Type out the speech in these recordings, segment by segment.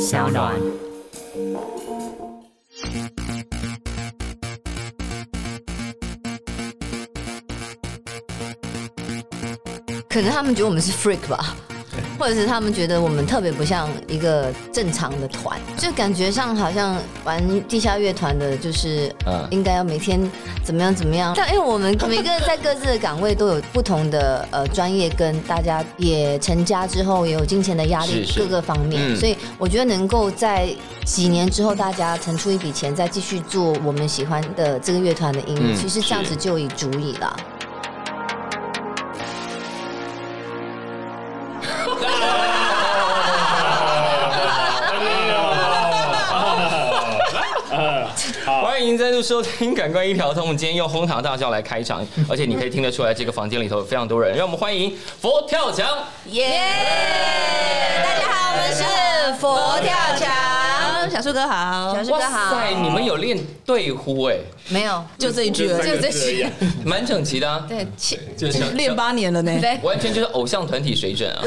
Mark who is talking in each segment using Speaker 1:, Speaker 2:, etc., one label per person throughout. Speaker 1: 小暖。
Speaker 2: 可能他们觉得我们是 freak 吧，或者是他们觉得我们特别不像一个正常的团，就感觉上好像玩地下乐团的，就是
Speaker 3: 嗯
Speaker 2: 应该要每天怎么样怎么 样。但因为我们每个在各自的岗位都有不同的呃专业，跟大家也成家之后也有金钱的压力，
Speaker 3: 是是
Speaker 2: 各个方面，
Speaker 3: 嗯
Speaker 2: 所以我觉得能够在几年之后大家腾出一笔钱，再继续做我们喜欢的这个乐团的音乐，
Speaker 3: 嗯
Speaker 2: 其实这样
Speaker 3: 是
Speaker 2: 子就已足矣了。
Speaker 3: 欢迎再度收听《感官一条通》，今天用哄堂大笑来开场，而且你可以听得出来，这个房间里头有非常多人。让我们欢迎佛跳墙。
Speaker 2: 耶！大家好，我们是佛跳墙，
Speaker 4: 小树哥好，
Speaker 2: 小树哥好。
Speaker 3: 塞，你们有练对呼哎，
Speaker 2: 没有，
Speaker 4: 就这一句而已，
Speaker 5: 就
Speaker 4: 就
Speaker 5: 这句而
Speaker 3: 蛮整齐的、啊，
Speaker 2: 对，其
Speaker 3: 就是小
Speaker 4: 练，八年了呢。
Speaker 2: 对，
Speaker 3: 完全就是偶像团体水准啊！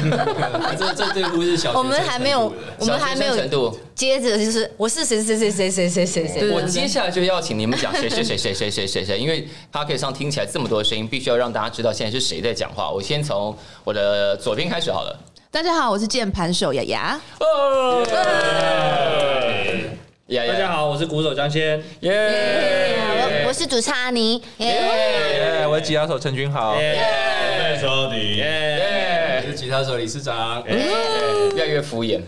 Speaker 5: 这这这屋是小学生程度的，
Speaker 2: 我们还没有，我们还没
Speaker 3: 小学生程
Speaker 2: 有。
Speaker 3: 度。
Speaker 2: 接着就是我是谁谁谁谁谁谁谁谁，
Speaker 3: 我接下来就要请你们讲谁谁谁谁谁谁谁谁，因为 p o c a s t 上听起来这么多声音，必须要让大家知道现在是谁在讲话。我先从我的左边开始好了。
Speaker 4: 大家好，我是键盘手雅雅。
Speaker 3: 哦，呀
Speaker 5: 大家
Speaker 3: 呀，
Speaker 5: 好，我是鼓手张先。
Speaker 3: 耶！
Speaker 2: 我我是主唱阿妮，
Speaker 6: 耶，我是吉他手陈君豪。
Speaker 5: 耶，
Speaker 7: 手底，
Speaker 5: 耶，哎
Speaker 3: 我
Speaker 5: 是吉他手理事长。
Speaker 3: 越来越敷 衍。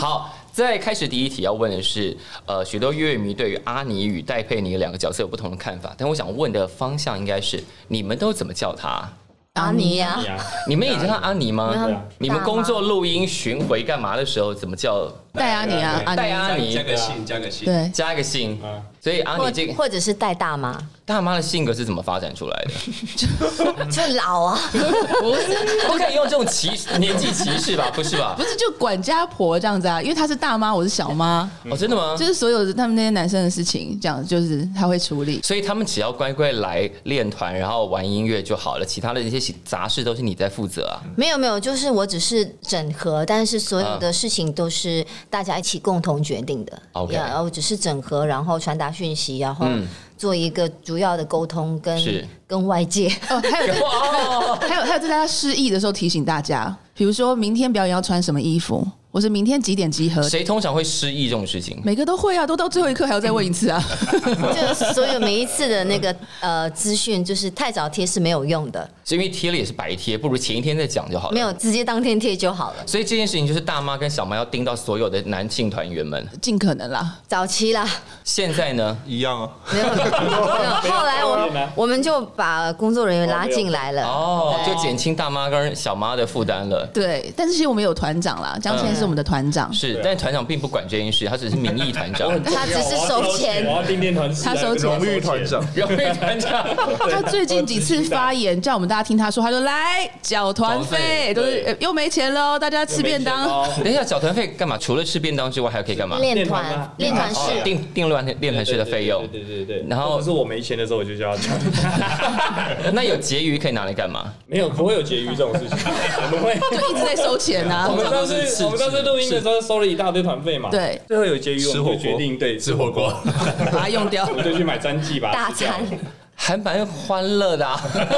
Speaker 3: 好，在开始第一题要问的是，呃，许多乐迷对于阿尼与戴佩妮两个角色有不同的看法，但我想问的方向应该是，你们都怎么叫她？
Speaker 2: 阿妮啊呀，
Speaker 5: 啊
Speaker 3: 你们也叫她阿尼
Speaker 2: 因为
Speaker 3: 吗
Speaker 2: 她？
Speaker 3: 啊你们工作录音巡回干嘛的时候怎么叫？
Speaker 4: 戴阿尼啊，
Speaker 3: 戴
Speaker 4: 阿
Speaker 3: 阿
Speaker 4: 尼，
Speaker 3: 尼
Speaker 5: 加，个姓，加个姓。
Speaker 4: 对，
Speaker 3: 加一个姓。所以阿尼
Speaker 2: 或
Speaker 3: 这个
Speaker 2: 或者是戴大妈，
Speaker 3: 大妈的性格是怎么发展出来的？
Speaker 2: 就老啊，
Speaker 3: 不是，不可以用这种歧视年纪歧视 吧？不是吧
Speaker 4: 不？是就管家婆这样子啊，因为她是大妈，我是小妈，
Speaker 2: 嗯
Speaker 3: 哦，真的吗
Speaker 4: 就？是所有的他们那些男生的事情，这样就是她会处理。
Speaker 3: 所以他们只要乖乖来练团，然后玩音乐就好了，其他的那些杂事都是你在负责 啊。
Speaker 2: 没有没有，就是我只是整合，但是所有的事情都是大家一起共同决定的。
Speaker 3: OK
Speaker 2: 然后只是整合，然后传达讯息，然后
Speaker 3: 嗯
Speaker 2: 做一个主要的沟通跟
Speaker 3: 是
Speaker 2: 跟外 界。
Speaker 4: 哦，还有
Speaker 3: 哇，
Speaker 4: 还有还有，在大家失忆的时候提醒大家，比如说明天表演要穿什么衣服，或是明天几点集合，
Speaker 3: 谁通常会失忆这种事情？
Speaker 4: 每个都会啊，都到最后一刻还要再问一次 啊。
Speaker 2: 就所有每一次的那个呃资讯，就是太早贴是没有用的，
Speaker 3: 是因为贴了也是白贴，不如前一天再讲就好了。
Speaker 2: 没有直接当天贴就好了。
Speaker 3: 所以这件事情就是大妈跟小妈要盯到所有的男性团员们。
Speaker 4: 尽可能啦，
Speaker 2: 早期 啦，
Speaker 3: 现在呢，
Speaker 6: 一样啊，
Speaker 2: 没有，没有后来我们我们就把工作人员拉进来了。
Speaker 3: 哦，就减轻大妈跟小妈的负担了。
Speaker 4: 对。但是其实我们有团长啦，江
Speaker 2: 嗯
Speaker 4: 倩是我们的团长，
Speaker 3: 是，但团长并不管这件事，他只是名义 团长，
Speaker 2: 他只是收钱
Speaker 5: 我要订练团史啊
Speaker 4: 他收钱
Speaker 5: 我要
Speaker 4: 荣
Speaker 6: 荣誉团长。
Speaker 3: 荣誉团长。
Speaker 4: 他最近几次发言叫我们大家听他说，他说来缴团费，
Speaker 5: 团费
Speaker 4: 都是呃又没钱喽，大家吃便当。
Speaker 5: 哦
Speaker 3: 等一下，小团费干嘛？除了吃便当之外，还可以干嘛？
Speaker 2: 练
Speaker 5: 练团
Speaker 2: 团
Speaker 5: 吗，
Speaker 2: 练团
Speaker 3: 哦
Speaker 2: 是
Speaker 3: 定定乱练团式的费用，
Speaker 5: 对对对对对。
Speaker 3: 然后
Speaker 5: 或者是我没钱的时候，我就叫 他讲。
Speaker 3: 那有结余可以拿来干嘛？
Speaker 5: 没有，不会有结余这种 事情。我们会，
Speaker 4: 就一直在收钱啊
Speaker 5: 我。们上次我们上次录音的时候收了一大堆团费嘛。。
Speaker 4: 对，
Speaker 5: 最后有结余，我
Speaker 6: 吃
Speaker 5: 们
Speaker 6: 火
Speaker 5: 会
Speaker 6: 锅
Speaker 5: 决定对吃火 锅，
Speaker 4: 把它用掉
Speaker 5: 我，们就去买詹记吧。
Speaker 2: 大餐。
Speaker 3: 哦还蛮欢乐的、啊。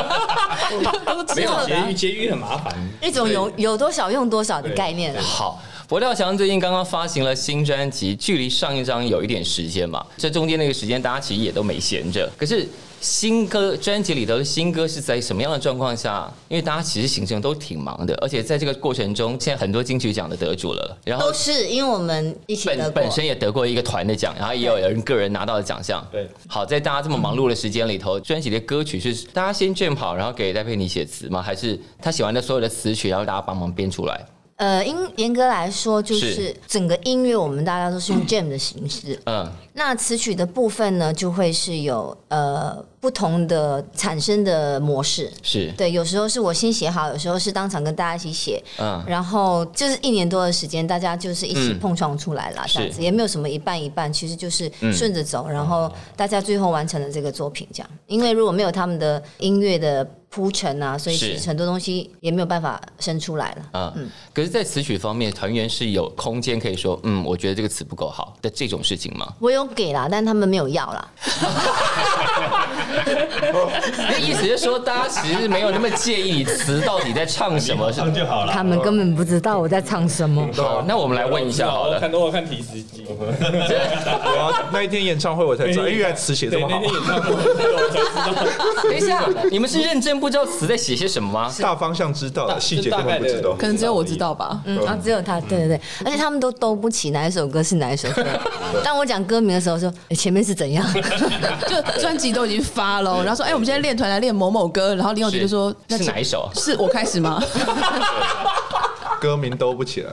Speaker 4: 都
Speaker 5: 没
Speaker 4: 吃
Speaker 5: 有
Speaker 4: 好的
Speaker 5: 结
Speaker 4: 啊
Speaker 5: 余，。结余很麻烦。
Speaker 2: 一种有有多少用多少的概念啊。
Speaker 3: 好，佛跳墙最近刚刚发行了新专辑，距离上一张有一点时间嘛，这中间那个时间大家其实也都没闲着。可是新歌专辑里头的新歌是在什么样的状况下？因为大家其实行程都挺忙的，而且在这个过程中，现在很多金曲奖的得主了，然后
Speaker 2: 都是因为我们一起得
Speaker 3: 哦本
Speaker 2: 过
Speaker 3: 本，身也得过一个团的奖，然后也有人个人拿到的奖项。
Speaker 5: 对，
Speaker 3: 好在大家这么忙碌的时间里头，专辑的歌曲是大家先卷好，然后给戴佩妮写词吗？还是他喜欢的所有的词曲，然后大家帮忙编出来？
Speaker 2: 呃，应严格来说，就是
Speaker 3: 是
Speaker 2: 整个音乐我们大家都是用 jam 的形式。
Speaker 3: 嗯，
Speaker 2: 那词曲的部分呢，就会是有呃不同的产生的模式。
Speaker 3: 是，
Speaker 2: 对，有时候是我先写好，有时候是当场跟大家一起写，
Speaker 3: 嗯，
Speaker 2: 然后就是一年多的时间，大家就是一起
Speaker 3: 嗯
Speaker 2: 碰撞出来啦，这样
Speaker 3: 是
Speaker 2: 子也没有什么一半一半，其实就是
Speaker 3: 嗯
Speaker 2: 顺着走，然后大家最后完成了这个作品这样。因为如果没有他们的音乐的铺陈啊，所以
Speaker 3: 是
Speaker 2: 其实很多东西也没有办法生出来了。
Speaker 3: 啊，可是，在词曲方面，团员是有空间可以说，嗯，我觉得这个词不够好的这种事 情吗？
Speaker 2: 我有给啦，但他们没有要啦。
Speaker 3: 那意思是说，大家其实没有那么介意你词到底在唱什么。是
Speaker 1: 唱就好了。
Speaker 2: 他们根本不知道我在唱什么。
Speaker 3: 好，那我们来问一下好
Speaker 5: 我
Speaker 3: 了，
Speaker 5: 看等我看提示机，
Speaker 6: 然后那一天演唱会我才知道，哎，原来词写这 么
Speaker 5: 对那，
Speaker 6: 好
Speaker 5: 天演唱会我才知道。
Speaker 3: 等一下，你们是认真不知道词在写些什么吗？
Speaker 6: 大方向知道，
Speaker 5: 大
Speaker 6: 细节根本不知道。
Speaker 4: 可能只有我知道 吧。
Speaker 2: 嗯，然后只有他，对对对，而且他们都兜不起哪一首歌是哪一首歌。 当我讲歌名的时候说，诶前面是怎样？
Speaker 4: 就专辑都已经发了，然后说，哎，我们现在练团来练某某歌，然后林 宥
Speaker 3: 是
Speaker 4: 迪就说，那
Speaker 3: 是哪一 首？
Speaker 4: 是我开始吗？
Speaker 6: 歌名兜不起来，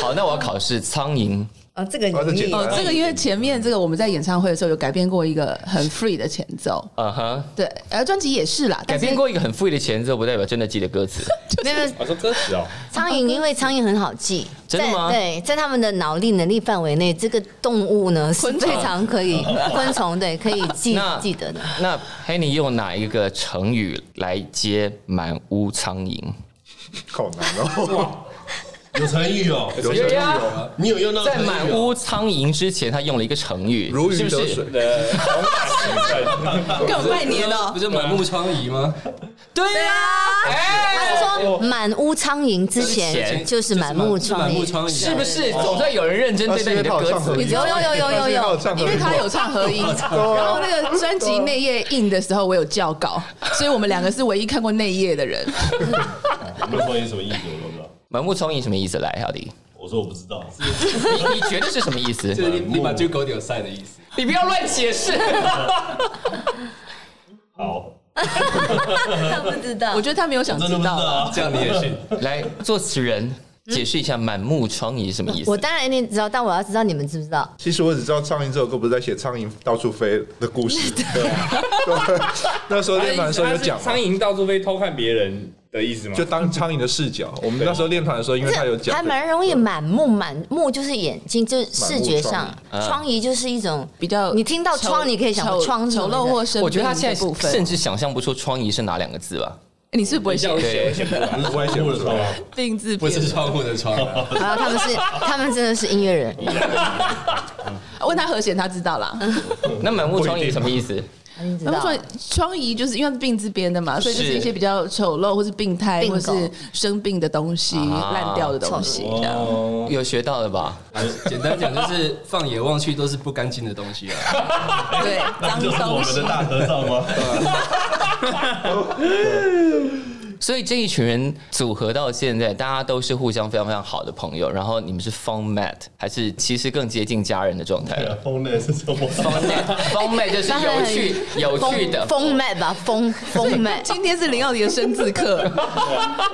Speaker 3: 好，那我要考试，苍蝇。
Speaker 2: 啊，这个
Speaker 6: 哦这
Speaker 2: 你
Speaker 6: 简单
Speaker 4: 哦，这个因为前面这个我们在演唱会的时候有改编过一个很 free 的前奏，
Speaker 3: 嗯哼，
Speaker 4: 对，呃，专辑也是啦，
Speaker 3: 改
Speaker 4: 但是
Speaker 3: 编过一个很富裕的前奏，不代表真的记得歌 词。
Speaker 2: 没有没有
Speaker 5: 我说歌词哦，
Speaker 2: 苍蝇，因为苍蝇很好记，
Speaker 3: 真的吗
Speaker 2: 在对，在他们的脑力能力范围内，这个动物呢是非常可以昆虫对可以记
Speaker 3: 那
Speaker 2: 记得的。
Speaker 3: 那 Henny 用哪一个成语来接“满屋苍蝇
Speaker 6: 好难哦。
Speaker 1: 有成语哦，
Speaker 6: 有成语哦，
Speaker 1: 你有用”？到
Speaker 3: 在“
Speaker 1: 成语哦
Speaker 3: 满屋苍蝇”之前，他用了一个成语，
Speaker 6: 如鱼
Speaker 3: 是
Speaker 6: 得
Speaker 3: 不是
Speaker 6: 水。
Speaker 5: 呃，红发行政
Speaker 4: 更拜年哦
Speaker 7: 不
Speaker 4: 了，
Speaker 7: 是满目疮痍吗？
Speaker 3: 对啊呀、
Speaker 2: 他是说满屋苍蝇之
Speaker 3: 之前
Speaker 2: 前就是满目疮
Speaker 7: 就是满目
Speaker 2: 痍。
Speaker 7: 疮痍啊，
Speaker 3: 是不是？总算有人认真对待你的歌词。
Speaker 2: 有有有有有有，
Speaker 4: 因为他有唱合音，然后那个专辑内页印的时候我有校稿，所以我们两个是唯一看过内页 的人。
Speaker 1: 你们说有什么意思？我都不知道。
Speaker 3: 满目苍蝇什么意思？来，小迪，
Speaker 1: 我说我不知道，
Speaker 3: 你你觉得是什么意 思？
Speaker 7: 就是你你把就狗丢晒的意思。
Speaker 3: 你不要乱解释。
Speaker 1: 好，
Speaker 2: 他不知道
Speaker 4: 我。觉得他没有想
Speaker 1: 我
Speaker 4: 知
Speaker 1: 真的不知道
Speaker 4: 道啦，
Speaker 1: 啊。
Speaker 7: 这样你也信？
Speaker 3: 来，作词人解释一下“满目疮痍”什么意思
Speaker 2: 我？当然一定知道，但我要知道你们知不知道？
Speaker 6: 其实我只知道《苍蝇》这首歌不是在写苍蝇到处飞的故事。对， 那时候练团的时候有讲嘛
Speaker 5: 苍，蝇到处飞偷看别人的意思吗？
Speaker 6: 就当苍蝇的视角。我们那时候练团的时候，因为他有讲
Speaker 2: 还，蛮容易满目，满目就是眼睛，就是视觉上
Speaker 3: 满目疮痍，
Speaker 2: 疮痍就是一种
Speaker 4: 比较
Speaker 2: 你听到疮，
Speaker 4: 丑
Speaker 2: 你可以想
Speaker 4: 丑
Speaker 2: 疮是什
Speaker 4: 丑
Speaker 2: 么
Speaker 4: 陋或生
Speaker 3: 我觉
Speaker 4: 病
Speaker 3: 得他现
Speaker 4: 的部
Speaker 3: 在
Speaker 4: 分，
Speaker 3: 甚至想象不出“疮痍”是哪两个字吧？
Speaker 4: 欸你是不是不会写
Speaker 5: 叫我写，
Speaker 3: 对
Speaker 5: 我写不来。
Speaker 6: 我也写
Speaker 1: 我
Speaker 6: 不
Speaker 1: 的
Speaker 6: 出
Speaker 1: 窗
Speaker 6: 来。
Speaker 1: 啊，
Speaker 4: 病字
Speaker 7: 不
Speaker 4: 边
Speaker 7: 是窗户的窗啊，
Speaker 2: 啊， 他们是他们真的是音乐人，
Speaker 4: 问他和弦，他知道啦。
Speaker 3: 那“满目疮痍”什么意思？
Speaker 2: 你嗯知
Speaker 4: 他们
Speaker 2: 道？
Speaker 4: 说疮痍就是因为病字边的嘛，所以就是
Speaker 3: 是
Speaker 4: 一些比较丑陋或是病态
Speaker 2: 病
Speaker 4: 或
Speaker 2: 狗
Speaker 4: 是生病的东西、
Speaker 3: 啊
Speaker 4: 烂掉的东西这样。
Speaker 1: 哦，
Speaker 3: 有学到了吧？
Speaker 7: 简单讲就是放眼望去都是不干净的东西啊。
Speaker 4: 对，
Speaker 3: 哎
Speaker 4: 脏
Speaker 1: 就是我
Speaker 4: 东
Speaker 1: 们
Speaker 4: 西
Speaker 1: 的。大合照吗？
Speaker 3: 所以这一群人组合到现在，大家都是互相非常非常好的朋友。然后你们是 fun mat，还是其实更接近家人的状态
Speaker 7: 啊
Speaker 3: 了
Speaker 1: 啊风类是什么？
Speaker 3: ？fun mat，fun mat 就是有趣有趣的。
Speaker 2: 风麦吧，风风麦。
Speaker 4: 今天是林奥迪的生字 课，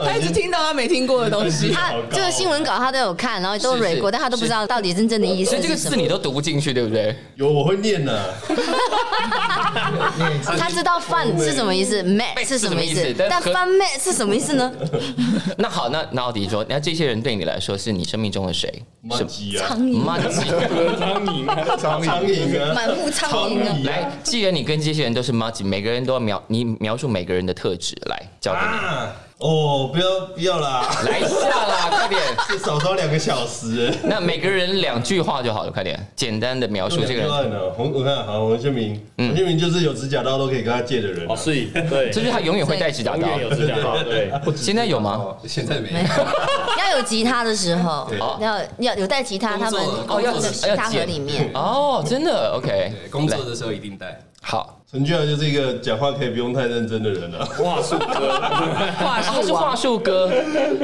Speaker 4: 他一直听到他没听过的东 西。
Speaker 2: 他
Speaker 3: 哦
Speaker 2: 这个新闻稿他都有看，然后都
Speaker 3: 是是
Speaker 2: 蕊过，但他都不知道到底真正的意思
Speaker 3: 所以这个
Speaker 2: 是什
Speaker 3: 字
Speaker 2: 么。
Speaker 3: 你都读不进去，对不对？
Speaker 1: 有我会念呢，
Speaker 2: 他知道饭是什么意思，麦是什么意
Speaker 3: 哦是什么
Speaker 2: 思
Speaker 3: 意思，
Speaker 2: 但
Speaker 3: 但可
Speaker 2: 翻麦是什么意思呢？
Speaker 3: 那好，那那奥迪说，那这些人对你来说是你生命中的谁？
Speaker 1: 妈鸡啊，
Speaker 2: 苍蝇，
Speaker 3: 妈吉。
Speaker 5: 苍蝇啊，
Speaker 6: 苍
Speaker 1: 苍
Speaker 6: 蝇，
Speaker 1: 蝇啊，
Speaker 2: 满目苍蝇啊！
Speaker 1: 啊
Speaker 3: 来，既然你跟这些人都是妈吉，每个人都要描你描述每个人的特质，来交给你。
Speaker 1: 啊，哦，不要不要啦，
Speaker 3: 来一下啦，快点！
Speaker 1: 这少都要两个小时。
Speaker 3: 那每个人两句话就好了，快点，简单的描述这个
Speaker 1: 就两
Speaker 3: 人，
Speaker 1: 个案啊洪我看好，洪秀明，洪秀明就是有指甲刀都可以跟他借的人啊
Speaker 5: 嗯哦，，是，对，
Speaker 3: 就是他永远会带指甲
Speaker 5: 永
Speaker 3: 刀
Speaker 5: 远。有指甲刀，对，
Speaker 3: 现在有吗？
Speaker 7: 现在没
Speaker 2: 没
Speaker 7: 有
Speaker 2: 有，要有吉他的时候
Speaker 1: 对，
Speaker 2: 要要有带吉他，
Speaker 7: 工
Speaker 2: 他
Speaker 7: 作
Speaker 2: 们
Speaker 7: 哦要
Speaker 2: 的吉
Speaker 3: 要
Speaker 2: 他盒
Speaker 3: 剪
Speaker 2: 里 面。
Speaker 3: 哦，真的，OK。
Speaker 7: 对，工作
Speaker 3: 来
Speaker 7: 的时候一定带。
Speaker 3: 好，
Speaker 1: 陈俊豪就是一个讲话可以不用太认真的人了。啊
Speaker 5: 话术哥，
Speaker 4: 话
Speaker 2: 啊
Speaker 3: 他是
Speaker 4: 术王
Speaker 3: 话术哥，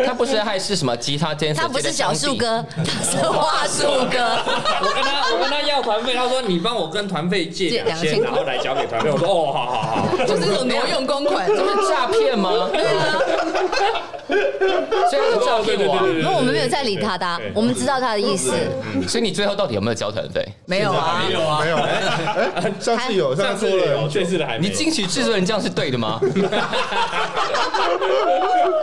Speaker 3: 他不是还是什么吉他 dancer？
Speaker 2: 他不是小树，哥，他是话术哥。
Speaker 5: 我跟他我跟他要团费，他说你帮我跟团费借
Speaker 4: 借
Speaker 5: 两千，
Speaker 4: 2000
Speaker 5: 然后来交给团费。我说哦，好好好，
Speaker 4: 就是一种挪用公款，就是
Speaker 2: 啊
Speaker 3: 这是诈骗吗？所以他就诈
Speaker 5: 对
Speaker 3: 骗
Speaker 5: 对
Speaker 3: 我、
Speaker 5: 对
Speaker 3: 啊。
Speaker 5: 对对，
Speaker 2: 那我们没有在理他的啊，我们知道他的意思。
Speaker 3: 所以你最后到底有没有交团费？
Speaker 4: 没有啊，
Speaker 5: 没有啊，
Speaker 6: 没有，哎哎，上次有，
Speaker 5: 上
Speaker 6: 上
Speaker 5: 次
Speaker 6: 次
Speaker 5: 也
Speaker 6: 了
Speaker 5: 有，，这次的还没
Speaker 3: 你
Speaker 5: 有。
Speaker 3: 进取制作人这样是对的 吗？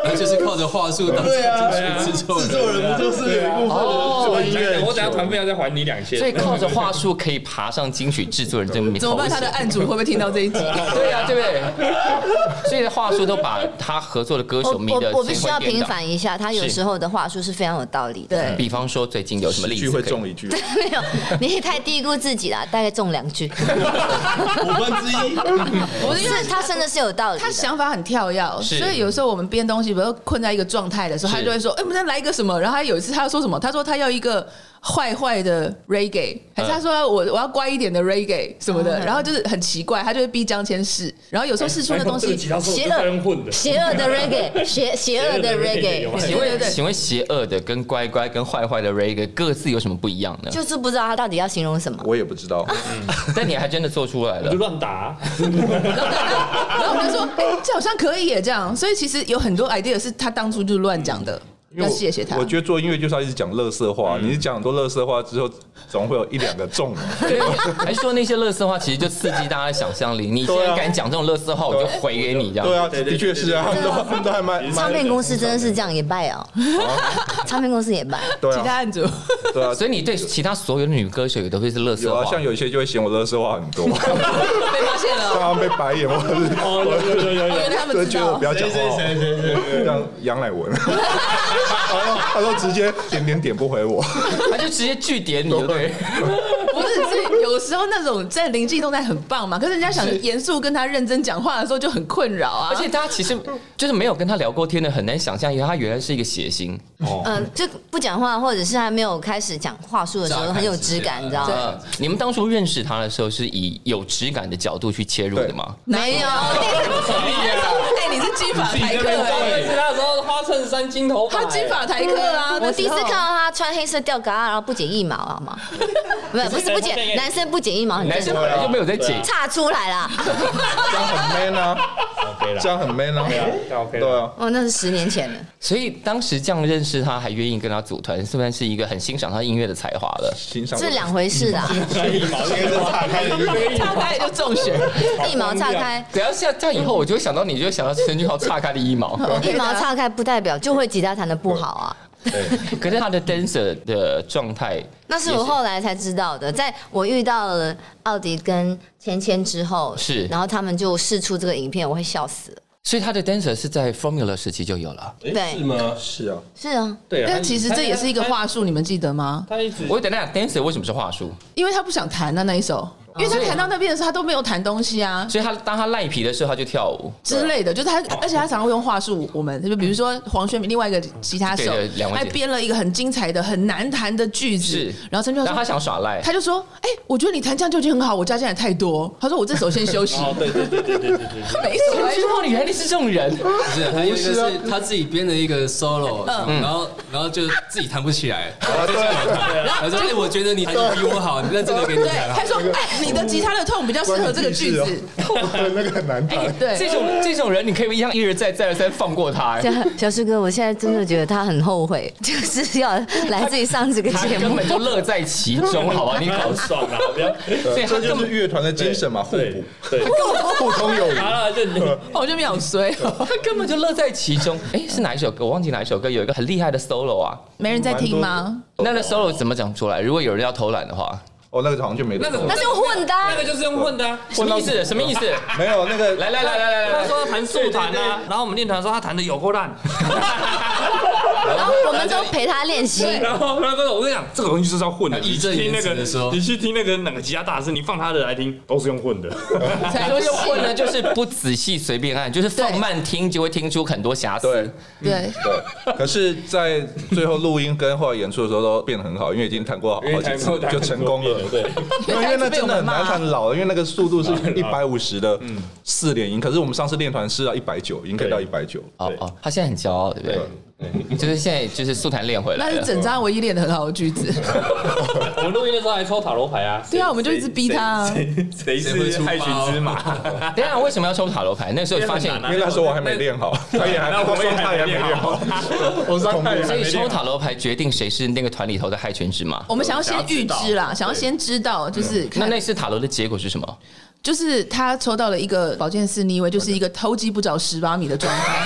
Speaker 7: 那就是靠着话术当金曲制作
Speaker 1: 啊制作
Speaker 7: 人。
Speaker 1: 人不就是有一部分人做音乐？
Speaker 5: 啊哦我等下团费要再还你两千，
Speaker 3: 所以靠着话术可以爬上金曲制作人这个名头衔
Speaker 4: 怎么办？他的案主会不会听到这一 集？
Speaker 3: 对
Speaker 4: 啊
Speaker 3: 呀、对不对？所以话术都把他合作的歌
Speaker 2: 我
Speaker 3: 手迷得
Speaker 2: 我我必
Speaker 3: 神
Speaker 2: 须
Speaker 3: 魂
Speaker 2: 要
Speaker 3: 颠
Speaker 2: 平
Speaker 3: 倒。
Speaker 2: 反一下，他有
Speaker 3: 是
Speaker 2: 时候的话术是非常有道理的。
Speaker 4: 对，
Speaker 3: 比方说最近有什么例
Speaker 6: 一
Speaker 3: 子
Speaker 6: 句
Speaker 3: 可
Speaker 6: 会
Speaker 3: 以？
Speaker 6: 中一句，
Speaker 2: 没有，你也太低估自己啦，大概中两句。
Speaker 1: 五分之一，
Speaker 2: 不是，他真的是有道理的。
Speaker 4: 他想法很跳跃，哦
Speaker 3: 是
Speaker 4: 所以有时候我们编东西，比如说困在一个状态的时候，
Speaker 3: 是
Speaker 4: 他就会说：“哎、我们再来一个什么？”然后他有一次他说什么？他说他要一个坏坏的 reggae，还是他说我我要乖一点的 reggae 什么的？然后就是很奇怪，他就会逼江千试，然后有时候试出的东西，
Speaker 2: 邪
Speaker 5: 邪
Speaker 2: 恶
Speaker 5: 混的，
Speaker 2: 邪恶的 reggae，邪邪恶的
Speaker 5: 邪恶的 reggae 有
Speaker 2: reggae，
Speaker 5: 吗
Speaker 4: 对
Speaker 3: 请
Speaker 4: 对
Speaker 3: 问
Speaker 4: 对，
Speaker 3: 请问邪恶的跟乖乖跟坏坏的 reggae 各自有什么不一样呢？
Speaker 2: 就是不知道他到底要形容什么。
Speaker 6: 我也不知道，
Speaker 3: 但你还真的做出来
Speaker 5: 我就
Speaker 3: 了。
Speaker 5: 乱打，
Speaker 4: 然后我就说：“哎、这好像可以耶，这样。”所以其实有很多 idea 是他当初就乱讲的，
Speaker 6: 嗯因为
Speaker 4: 要
Speaker 6: 我
Speaker 4: 谢谢他
Speaker 6: 我。觉得做音乐就是要一直讲乐色话，你讲很多乐色话之后，总会有一两个中嘛。
Speaker 3: 对，还说那些乐色话，其实就刺激大家的想象力。你既
Speaker 6: 对
Speaker 3: 然
Speaker 6: 啊
Speaker 3: 敢讲这种乐色话，我就回给你这样。
Speaker 6: 对啊，
Speaker 5: 对对
Speaker 6: 的确是啊，他们都他们都还蛮
Speaker 2: 唱
Speaker 6: 蛮
Speaker 2: 片公司真的是这样也败哦， 唱片公司也败。
Speaker 6: 对
Speaker 4: 其他
Speaker 6: 啊，
Speaker 4: 案主，
Speaker 6: 对啊，
Speaker 3: 所以你对其他所有的女歌手也都会是乐
Speaker 6: 有
Speaker 3: 色
Speaker 6: 啊，
Speaker 3: 话。
Speaker 6: 像有一些就会嫌我乐色话很多，
Speaker 4: 被发现了，
Speaker 6: 让他们被白眼，我
Speaker 5: 哦，有有有有
Speaker 4: 因为他
Speaker 6: 啊就
Speaker 4: 们
Speaker 6: 觉
Speaker 4: 知
Speaker 6: 得我
Speaker 4: 道
Speaker 6: 不。要讲
Speaker 1: 谁
Speaker 6: 话
Speaker 1: 谁谁
Speaker 6: 哦，
Speaker 1: 谁谁，
Speaker 6: 像杨乃文， 他说直接点点点不回我，
Speaker 3: 他就直接据点你，对不对？
Speaker 4: 不是，是有时候那种在灵机一动态很棒嘛，可是人家想严肃跟他认真讲话的时候就很困扰啊。
Speaker 3: 而且他其实就是没有跟他聊过天的，很难想象，他原来是一个谐星。
Speaker 2: 嗯，就不讲话，或者是还没有开始讲话术的时
Speaker 7: 乍
Speaker 2: 候，
Speaker 7: 看
Speaker 2: 很有
Speaker 7: 之下
Speaker 2: 质感，你知道吗？
Speaker 3: 呃，你们当初认识他的时候是以有质感的角度去切入的吗？
Speaker 2: 没有，
Speaker 4: 哎、你是金发台客
Speaker 5: 刚
Speaker 4: 哎、
Speaker 5: 认识他的时候，花衬衫、金头发，
Speaker 4: 他金发台客啊，
Speaker 2: 我
Speaker 4: 那时候
Speaker 2: 第一次看到他穿黑色吊嘎，然后不剪一毛，好吗？不是，不是不剪，男生不剪一毛很
Speaker 3: 男
Speaker 2: 正
Speaker 3: 生
Speaker 2: 常，
Speaker 3: 本来就没有在解
Speaker 5: 对啊，
Speaker 2: 岔出来啦。
Speaker 6: 这样很 man 啊，
Speaker 5: OK
Speaker 6: 这样很 man 啊，
Speaker 5: 这样 OK
Speaker 6: 对啊，
Speaker 2: 哦，那是十年前了。
Speaker 3: 所以当时这样认识他，还愿意跟他组团，算是一个很欣赏他音乐的才华了。
Speaker 6: 欣赏我
Speaker 2: 这两回事啦，
Speaker 5: 一毛应该是岔开的，
Speaker 4: 他
Speaker 3: 哎
Speaker 4: 他也就中选，
Speaker 2: 一毛岔开，
Speaker 3: 等一下下这样以后，我就会想到你，就会想到陈俊豪岔开的一毛。
Speaker 2: 一毛岔开不代表就会吉他弹的不好啊。
Speaker 3: 可是他的 dancer 的状态，
Speaker 2: 那是我后来才知道的，在我遇到了奥迪跟芊芊之后，
Speaker 3: 是
Speaker 2: 然后他们就试出这个影片，我会笑死了。
Speaker 3: 所以他的 dancer 是在 formula 时期就有了。
Speaker 2: 对
Speaker 1: 对是吗？
Speaker 6: 是啊，
Speaker 2: 是啊，
Speaker 5: 对啊，
Speaker 4: 但其实这也是一个话术，你们记得吗？
Speaker 5: 他一直
Speaker 3: 我等一下 dancer 为什么是话术？
Speaker 4: 因为他不想弹啊那一首，因为他弹到那边的时候他都没有弹东西啊。
Speaker 3: 所以他当他赖皮的时候，他就跳舞。
Speaker 4: 之类的，就是他，而且他常常会用话术。我们就比如说黄轩明另外一个吉他手
Speaker 3: 对对两，位
Speaker 4: 还
Speaker 3: 姐
Speaker 4: 编了一个很精彩的、很难弹的句子
Speaker 3: 是，
Speaker 4: 然后陈俊
Speaker 3: 然
Speaker 4: 说
Speaker 3: 后他想耍赖，
Speaker 4: 他就说：“哎、我觉得你弹这样就已经很好，我加进来太多。”他说：“我这首先休息。
Speaker 5: 哦，对对对对对对对，”
Speaker 4: 每一首来
Speaker 3: 陈俊
Speaker 4: 说，
Speaker 3: 豪，你原来是这种人。
Speaker 7: 不是，还有一个是他自己编的一个 solo，然后然后就自己弹不起来，
Speaker 6: 啊对，
Speaker 7: 他说：“哎，我觉得你弹的比我好，你认真的给你
Speaker 4: 对
Speaker 7: 弹，好
Speaker 4: 他。说：“哎、你的吉他的痛比较适合这个句
Speaker 6: 关你
Speaker 4: 子
Speaker 6: 屁。哦啊那个很难弹，
Speaker 3: 这
Speaker 4: 对，
Speaker 3: 种这种人，你可以一样一而再再而三放过他、
Speaker 2: 这
Speaker 3: 欸，
Speaker 2: 样小师哥，我现在真的觉得他很后悔， 就是要来自己上这个
Speaker 3: 他
Speaker 2: 节
Speaker 3: 根
Speaker 2: 目
Speaker 3: 本。就乐在其中，好吧？你
Speaker 5: 他
Speaker 3: 搞
Speaker 5: 很爽啊，不要
Speaker 3: 所以他根
Speaker 6: 这就是
Speaker 3: 本
Speaker 6: 乐团的精神嘛，互
Speaker 5: 对
Speaker 6: 补
Speaker 5: 对，
Speaker 6: 互通有无。
Speaker 5: 好了，就你
Speaker 4: 哦我就秒衰哦，
Speaker 3: 他根本就乐在其中。哎、是哪一首歌？我忘记哪一首歌，有一个很厉害的 solo 啊。
Speaker 4: 没人在听吗？
Speaker 3: 那个 solo 怎么讲出来？如果有人要偷懒的话，
Speaker 6: 哦，那个好像就没得
Speaker 5: 那个
Speaker 6: 说
Speaker 2: 那是用混的啊、
Speaker 5: 那个就是用混的啊。
Speaker 3: 什么意思？什么意思？
Speaker 6: 没有那个
Speaker 3: 来来来来来
Speaker 5: 他
Speaker 3: 来，
Speaker 5: 说他弹速弹啊，然后我们练团说他弹的有够烂，
Speaker 2: 然后我们都陪他练习。
Speaker 5: 然后他说我跟你讲，这个东西就是要混的，
Speaker 7: 义正言辞地说
Speaker 5: 你去听那个哪个吉他大师，你放他的来听，都是用混的。
Speaker 4: 才
Speaker 3: 说
Speaker 4: 说
Speaker 3: 又
Speaker 4: 用
Speaker 3: 混
Speaker 4: 混
Speaker 3: 呢，
Speaker 4: 了，
Speaker 3: 就是不仔细随便按，就是放慢听就会听出很多瑕
Speaker 6: 对
Speaker 3: 疵。
Speaker 4: 对，
Speaker 6: 对，可是，在最后录音跟后来演出的时候都变得很好，因为已经弹过好
Speaker 5: 因
Speaker 6: 好
Speaker 5: 为
Speaker 6: 几
Speaker 5: 弹
Speaker 6: 次
Speaker 5: 过
Speaker 6: 就成功了。
Speaker 5: 对，
Speaker 6: 因为那真的很难
Speaker 4: 被我
Speaker 6: 弹老了，因为那个速度是一百五十的四连音，可是我们上次练团是要一百九，已经可以到一百九。
Speaker 3: 哦哦，他现在很骄傲，对不对？就是现在就是素谈练回来
Speaker 4: 那是
Speaker 3: 了。
Speaker 4: 整张唯一练的很好的句子。
Speaker 5: 我们录音的时候还抽塔罗牌啊，
Speaker 4: 对啊，我们就一直逼他啊。
Speaker 8: 谁
Speaker 7: 谁会
Speaker 8: 是
Speaker 7: 出
Speaker 8: 害
Speaker 7: 包
Speaker 8: 群之马？
Speaker 3: 等一下为什么要抽塔罗牌？那时候发现，
Speaker 8: 因为很难啊
Speaker 6: 因为那时候我还没练好，他 也还
Speaker 8: 那我
Speaker 6: 他
Speaker 8: 们也
Speaker 6: 上他也
Speaker 8: 还
Speaker 6: 没
Speaker 8: 没
Speaker 6: 练
Speaker 8: 练
Speaker 6: 好
Speaker 8: 好，
Speaker 6: 我上
Speaker 8: 他也
Speaker 3: 所以
Speaker 8: 还没练
Speaker 3: 抽
Speaker 8: 好
Speaker 3: 塔罗牌决定谁是那个团里头的害群之马。
Speaker 4: 我们想要先预知啦，想要先知道，就是
Speaker 3: 那
Speaker 4: 看
Speaker 3: 那次塔罗的结果是什么？
Speaker 4: 就是他抽到了一个保健室逆位，就是一个偷鸡不着十八米的状 态，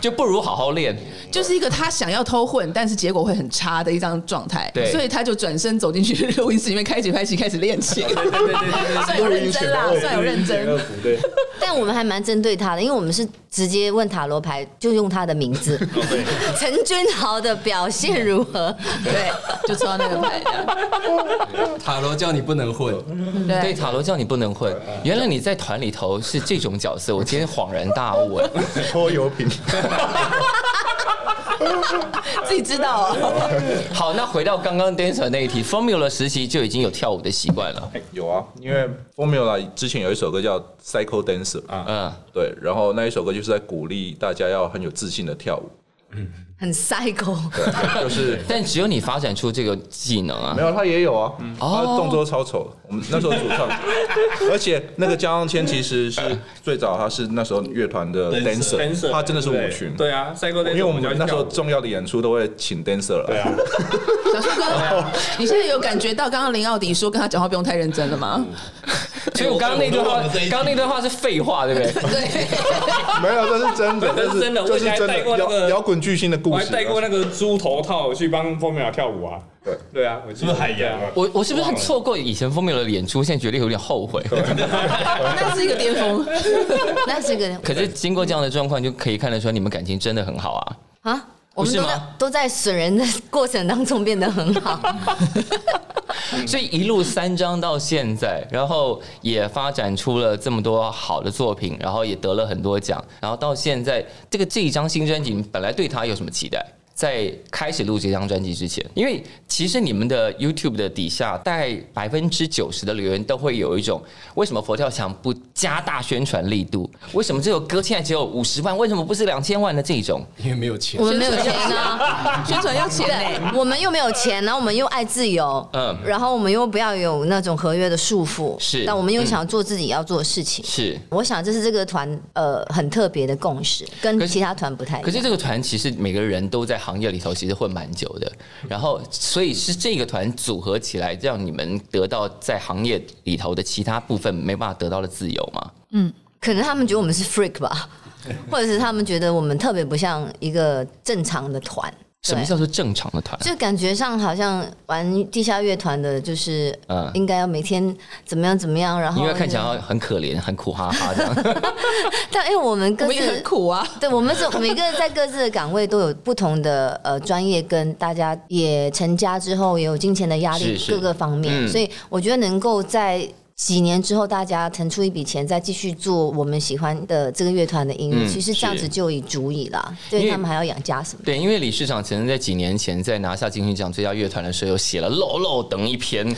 Speaker 3: 就不如好好练。
Speaker 4: 就是一个他想要偷混，但是结果会很差的一张状态。
Speaker 3: 对
Speaker 4: 所以他就转身走进去录音室里面开始拍戏，开始练琴。
Speaker 7: 对对对对对，
Speaker 4: 算有认真啦，算有认真。
Speaker 8: 对，
Speaker 2: 但我们还蛮针对他的，因为我们是直接问塔罗牌，就用他的名字。 陈君豪的表现如何？
Speaker 4: 对， 就抽到那个牌。
Speaker 7: 塔罗叫你不能混，
Speaker 3: 对，
Speaker 4: 对，
Speaker 3: 塔罗叫你不能混。原来你在团里头是这种角色，我今天恍然大悟。哎
Speaker 6: 拖油瓶。
Speaker 4: 自己知道哦。
Speaker 3: 好，那回到刚刚 dancer 那一题，formula 时期就已经有跳舞的习惯了。
Speaker 6: 有啊，因为 Formula 之前有一首歌叫《Psycho Dancer》啊，
Speaker 3: 嗯，
Speaker 6: 对，然后那一首歌就是在鼓励大家要很有自信的跳舞，
Speaker 2: 很 psycho，
Speaker 6: 对，就是
Speaker 3: 但只有你发展出这个技能啊
Speaker 6: 没。有他也有啊，
Speaker 2: 嗯
Speaker 6: 他
Speaker 3: 哦
Speaker 6: 动作超丑，我们那时候主 唱，而且那个江上谦其实是最早他是那时候乐团的
Speaker 8: Dancer
Speaker 6: dancer，他真的是舞群，
Speaker 5: 对啊，赛过
Speaker 6: 因为我们那时候重要的演出都会请 dancer 来，
Speaker 5: 啊
Speaker 4: 小树哥，你现在有感觉到刚刚林奥迪说跟他讲话不用太认真了吗？
Speaker 3: 所以我刚刚那段话，刚刚那段话是废话，对不对？
Speaker 4: 对，
Speaker 6: 没有，这是真的，
Speaker 5: 这
Speaker 6: 这
Speaker 5: 是真的
Speaker 6: 就是
Speaker 5: 我以前还
Speaker 6: 真
Speaker 5: 带
Speaker 6: 的
Speaker 5: 过那
Speaker 6: 摇
Speaker 5: 个
Speaker 6: 摇滚巨星的
Speaker 5: 我
Speaker 6: 故
Speaker 5: 还
Speaker 6: 事
Speaker 5: 戴
Speaker 6: 啊，
Speaker 5: 过那个猪头套去帮风淼跳舞啊。
Speaker 6: 对
Speaker 5: 对啊，我
Speaker 8: 是
Speaker 5: 记得
Speaker 8: 不是海洋啊
Speaker 3: 我我是不是错过以前 formula 的演出？现在觉得有点后悔。
Speaker 4: 那是一个巅峰。
Speaker 2: 那是个
Speaker 3: 可是经过这样的状况，就可以看得出来你们感情真的很好啊。
Speaker 2: 啊。我们
Speaker 3: 不
Speaker 2: 都
Speaker 3: 是吗
Speaker 2: 在都在损人的过程当中变得很 好，
Speaker 3: 所以一路三张到现在，然后也发展出了这么多好的作品，然后也得了很多奖，然后到现在这个这一张新专辑，你本来对他有什么期待？在开始录这张专辑之前，因为其实你们的 YouTube 的底下，大概百分之九十的留言都会有一种：为什么佛跳墙不加大宣传力度？为什么这首歌现在只有五十万？为什么不是两千万的这种？
Speaker 7: 因为没有钱
Speaker 2: 我。们没有钱啊，
Speaker 4: 宣传要钱嘞。
Speaker 2: 我们又没有钱，然后我们又爱自由，
Speaker 3: 嗯
Speaker 2: 嗯，然后我们又不要有那种合约的束缚，
Speaker 3: 是嗯
Speaker 2: 但我们又想做自己要做的事情，
Speaker 3: 是
Speaker 2: 我想这是这个团呃很特别的共识，跟其他团不太一样。
Speaker 3: 可是这个团其实每个人都在行业里头其实混蛮久的，然后所以是这个团组合起来，让你们得到在行业里头的其他部分没办法得到的自由嘛？
Speaker 2: 可能他们觉得我们是 freak 吧，或者是他们觉得我们特别不像一个正常的团。
Speaker 3: 什么
Speaker 2: 对
Speaker 3: 叫做正常的 团？
Speaker 2: 就感觉上好像玩地下乐团的，就是
Speaker 3: 嗯
Speaker 2: 应该要每天怎么样怎么样，然后
Speaker 3: 因为看起来很可怜、很苦哈哈的。
Speaker 2: 但因为我们
Speaker 4: 我
Speaker 2: 各
Speaker 4: 们也很
Speaker 2: 自。
Speaker 4: 苦啊。
Speaker 2: 对，我们这每个在各自的岗位都有不同的呃专业，跟大家也成家之后也有金钱的压力
Speaker 3: 是，是
Speaker 2: 各个方面，
Speaker 3: 嗯
Speaker 2: 所以我觉得能够在几年之后大家腾出一笔钱，再继续做我们喜欢的这个乐团的音乐，
Speaker 3: 嗯
Speaker 2: 其实这样
Speaker 3: 是
Speaker 2: 子就已足以啦。
Speaker 3: 因
Speaker 2: 对
Speaker 3: 为
Speaker 2: 他们还要养家什么的？
Speaker 3: 对，因为李市长曾经在几年前在拿下金曲奖最佳乐团的时候，有写了“漏漏等”一篇。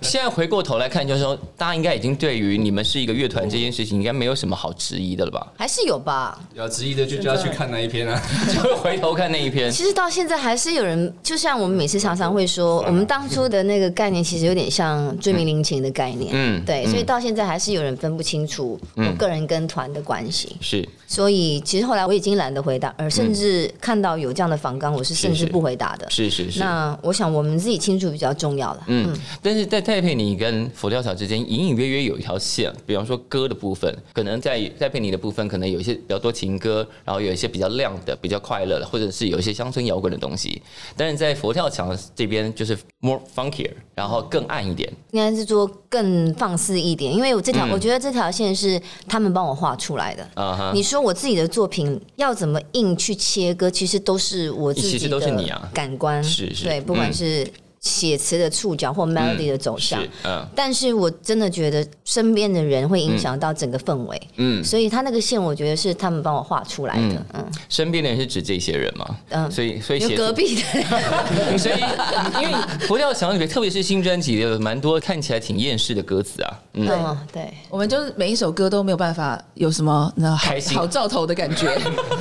Speaker 3: 现在回过头来看，就是说大家应该已经对于你们是一个乐团这件事情，应该没有什么好质疑的了吧？
Speaker 2: 还是有吧？
Speaker 7: 有质疑的就就要去看那一篇啊，
Speaker 3: 就回头看那一篇。
Speaker 2: 其实到现在还是有人，就像我们每次常常会
Speaker 3: 嗯
Speaker 2: 说，我们当初的那个概念其实有点像追名林琴的概念，
Speaker 3: 嗯
Speaker 2: 嗯，对，
Speaker 3: 嗯
Speaker 2: 所以到现在还是有人分不清楚我个人跟团的关系。
Speaker 3: 是，
Speaker 2: 所以其实后来我已经懒得回答，而甚至看到有这样的访纲，我是甚
Speaker 3: 是
Speaker 2: 至
Speaker 3: 是
Speaker 2: 不回答的。
Speaker 3: 是是是。
Speaker 2: 那我想我们自己清楚比较重要了。
Speaker 3: 嗯，但是在戴佩妮跟佛跳墙之间，隐隐约约有一条线，比方说歌的部分，可能在戴佩妮的部分，可能有一些比较多情歌，然后有一些比较亮的、比较快乐的，或者是有一些乡村摇滚的东西。但是在佛跳墙这边就是 more funkier，然后更暗一点。
Speaker 2: 应该是做更放肆一点，因为我这条，
Speaker 3: 嗯
Speaker 2: 我觉得这条线是他们帮我画出来的。
Speaker 3: 啊哈
Speaker 2: 你说我自己的作品要怎么硬去切割，其实都是我自己
Speaker 3: 其实都是你啊
Speaker 2: 的感官，
Speaker 3: 是是
Speaker 2: 对，不管
Speaker 3: 嗯
Speaker 2: 是写词的触角或 melody 的走向。
Speaker 3: 是嗯
Speaker 2: 但是我真的觉得身边的人会影响到整个氛围，
Speaker 3: 嗯，
Speaker 2: 所以他那个线我觉得是他们帮我画出来的，嗯
Speaker 3: 身边的人是指这些人嘛，
Speaker 2: 嗯，
Speaker 3: 所以所以
Speaker 2: 有
Speaker 3: 写
Speaker 2: 隔壁的，
Speaker 3: 所以，嗯因为佛跳墙里面，特别是新专辑有蛮多看起来挺厌世的歌词啊， 嗯，
Speaker 2: 嗯 对，
Speaker 4: 我们就是每一首歌都没有办法有什么那好
Speaker 3: 开心
Speaker 4: 好兆头的感 觉，